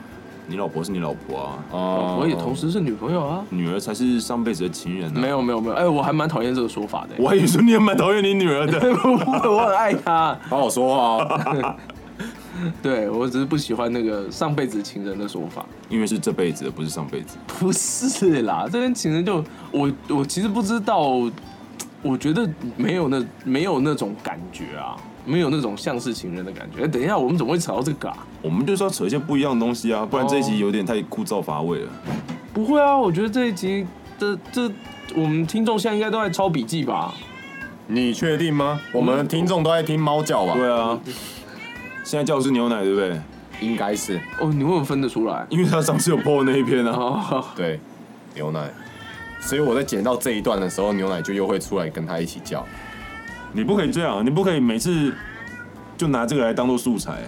B: 你老婆是你老婆啊，
D: 哦
C: 我也同时是女朋友啊。
B: 女儿才是上辈子的情人呢。啊
C: 没，有没有没有，哎，我还蛮讨厌这个说法的。
B: 我还以 为说你也蛮讨厌你女儿的。
C: 我我很爱她，
D: 好好说话哦。
C: 对我只是不喜欢那个上辈子情人的说法。
B: 因为是这辈子的，不是上辈子。
C: 不是啦，这跟情人就我我其实不知道，我觉得没有那没有那种感觉啊，没有那种像是情人的感觉。哎等一下，我们怎么会扯到这个啊？
B: 我们就是要扯一些不一样的东西啊，不然这一集有点太枯燥乏味了。
C: 不会啊，我觉得这一集的这我们听众现在应该都在抄笔记吧？
D: 你确定吗？我们听众都在听猫叫吧？
B: 对啊，现在叫的是牛奶，对不对？
D: 应该是
C: 哦，你为什么分得出来？
B: 因为他上次有 PO 那一篇啊。
C: 哦，
D: 对牛奶。所以我在剪到这一段的时候，牛奶就又会出来跟他一起叫。
B: 你不可以这样，你不可以每次就拿这个来当做素材。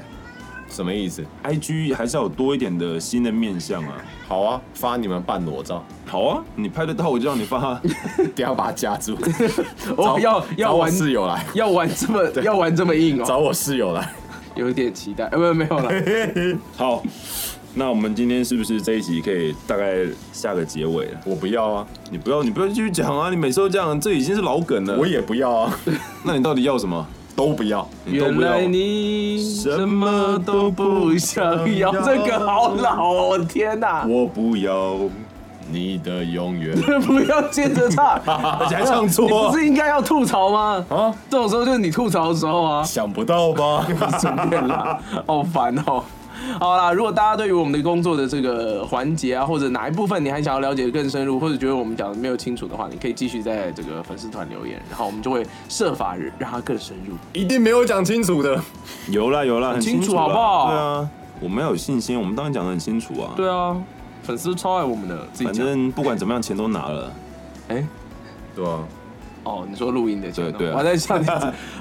D: 什么意思？
B: IG 还是要有多一点的新的面向啊。
D: 好啊，发你们半裸照，
B: 好啊，你拍得到我就让你发 啊。
D: 一定要把它夹住。
C: 哦
D: 找
C: 要
D: 找
C: 要
D: 我
C: 玩
D: 室友来，
C: 要玩这么要玩这么硬哦，
D: 找我室友来。
C: 有点期待。呃，不没有了，
B: 好，那我们今天是不是这一集可以大概下个结尾了？
D: 我不要啊，
B: 你不要，你不要继续讲啊！你每次都这样，这已经是老梗了。
D: 我也不要啊，
B: 那你到底要什么？
D: 都不要。
B: 你都
C: 原
B: 不要
C: 来你什
B: 什
C: 么
B: 么
C: 都
B: 都
C: 不
B: 不
C: 想
B: 想
C: 要
B: 要，
C: 这个好老哦！我天哪，
B: 我不要，
D: 你的永远
C: 不要接着唱，
B: 而且还唱
C: 你
B: 错
C: 不。是应该要吐槽吗？
D: 啊，
C: 这种时候就是你吐槽的时候啊，
D: 想不到吧？
C: 随便啦， 好烦哦。好啦，如果大家对于我们的工作的这个环节啊，或者哪一部分你还想要了解得更深入，或者觉得我们讲的没有清楚的话，你可以继续在这个粉丝团留言，然后我们就会设法让它更深入。
D: 一定没有讲清楚的。
B: 有啦有啦，很
C: 清楚
B: 啦
C: 好不好
B: 对啊，我们要有信心，我们当然讲的很清楚啊。，
C: 对啊，粉丝超爱我们的，自己
B: 反
C: 讲。
B: 正不管怎么样，钱都拿了。
C: 哎、
D: 对啊，
C: 哦，你说录音的钱哦、
B: 对对啊
C: 我在想，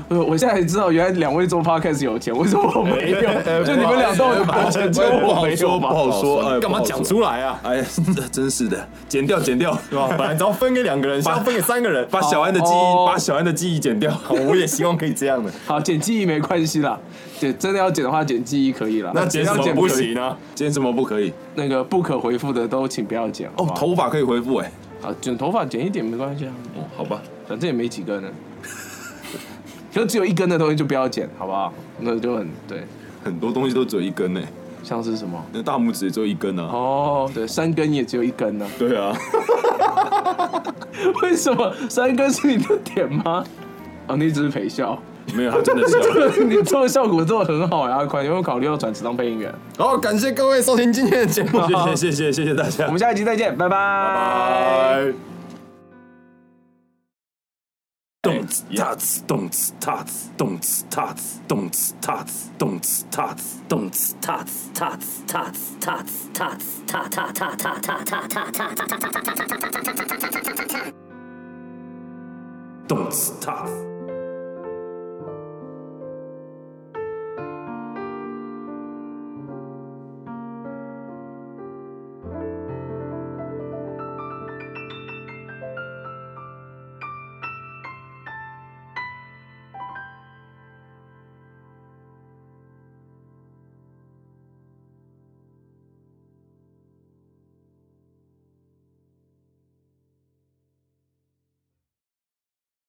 C: 我 我现在才知道，原来两位做 podcast 有钱，为什么我没有？就你们俩都有拿钱，就我没有
B: 不
C: 吧？
B: 好说，哎，
D: 干嘛
B: 不好说
D: 讲？出哦来啊？
B: 哎呀，真是的，剪掉剪掉，
D: 对吧？啊本来只要分给两个人，现在分给三个人。
B: 把小安的记忆，
C: 哦
B: 把小安的记忆剪掉。
D: 我也希望可以这 样的。
C: 好，剪记忆没关系啦，剪真的要剪的话，剪记忆可以啦。
D: 那剪什么不行啊？
B: 剪什么不可以？
C: 那个不可回复的都请不要剪
B: 哦，
C: 好不好
B: 头发可以恢复哎。
C: 啊，卷头发剪一点没关系啊，
B: 哦，好吧，
C: 反正也没几根 呢。就只有一根的东西就不要剪，好不好？那就很对，
B: 很多东西都只有一根哎，
C: 像是什么？
B: 那大拇指也只有一根啊。
C: 哦，对，三根也只有一根呢、
B: 对啊，
C: 为什么三根是你的点吗？哦，你只是陪笑，
B: 没有，他 真的是啊。
C: 你做效果做的很好呀、阿宽，有没有考虑要转职当配音员？
D: 好，感谢各位收听今天的节目，谢谢。
B: 谢谢谢谢谢谢大家
C: 我。们下一集再见，拜拜。
D: 拜拜
B: 动次打次，动次打次，动次打次，动次打次，动次打次，动次打次。动次打次。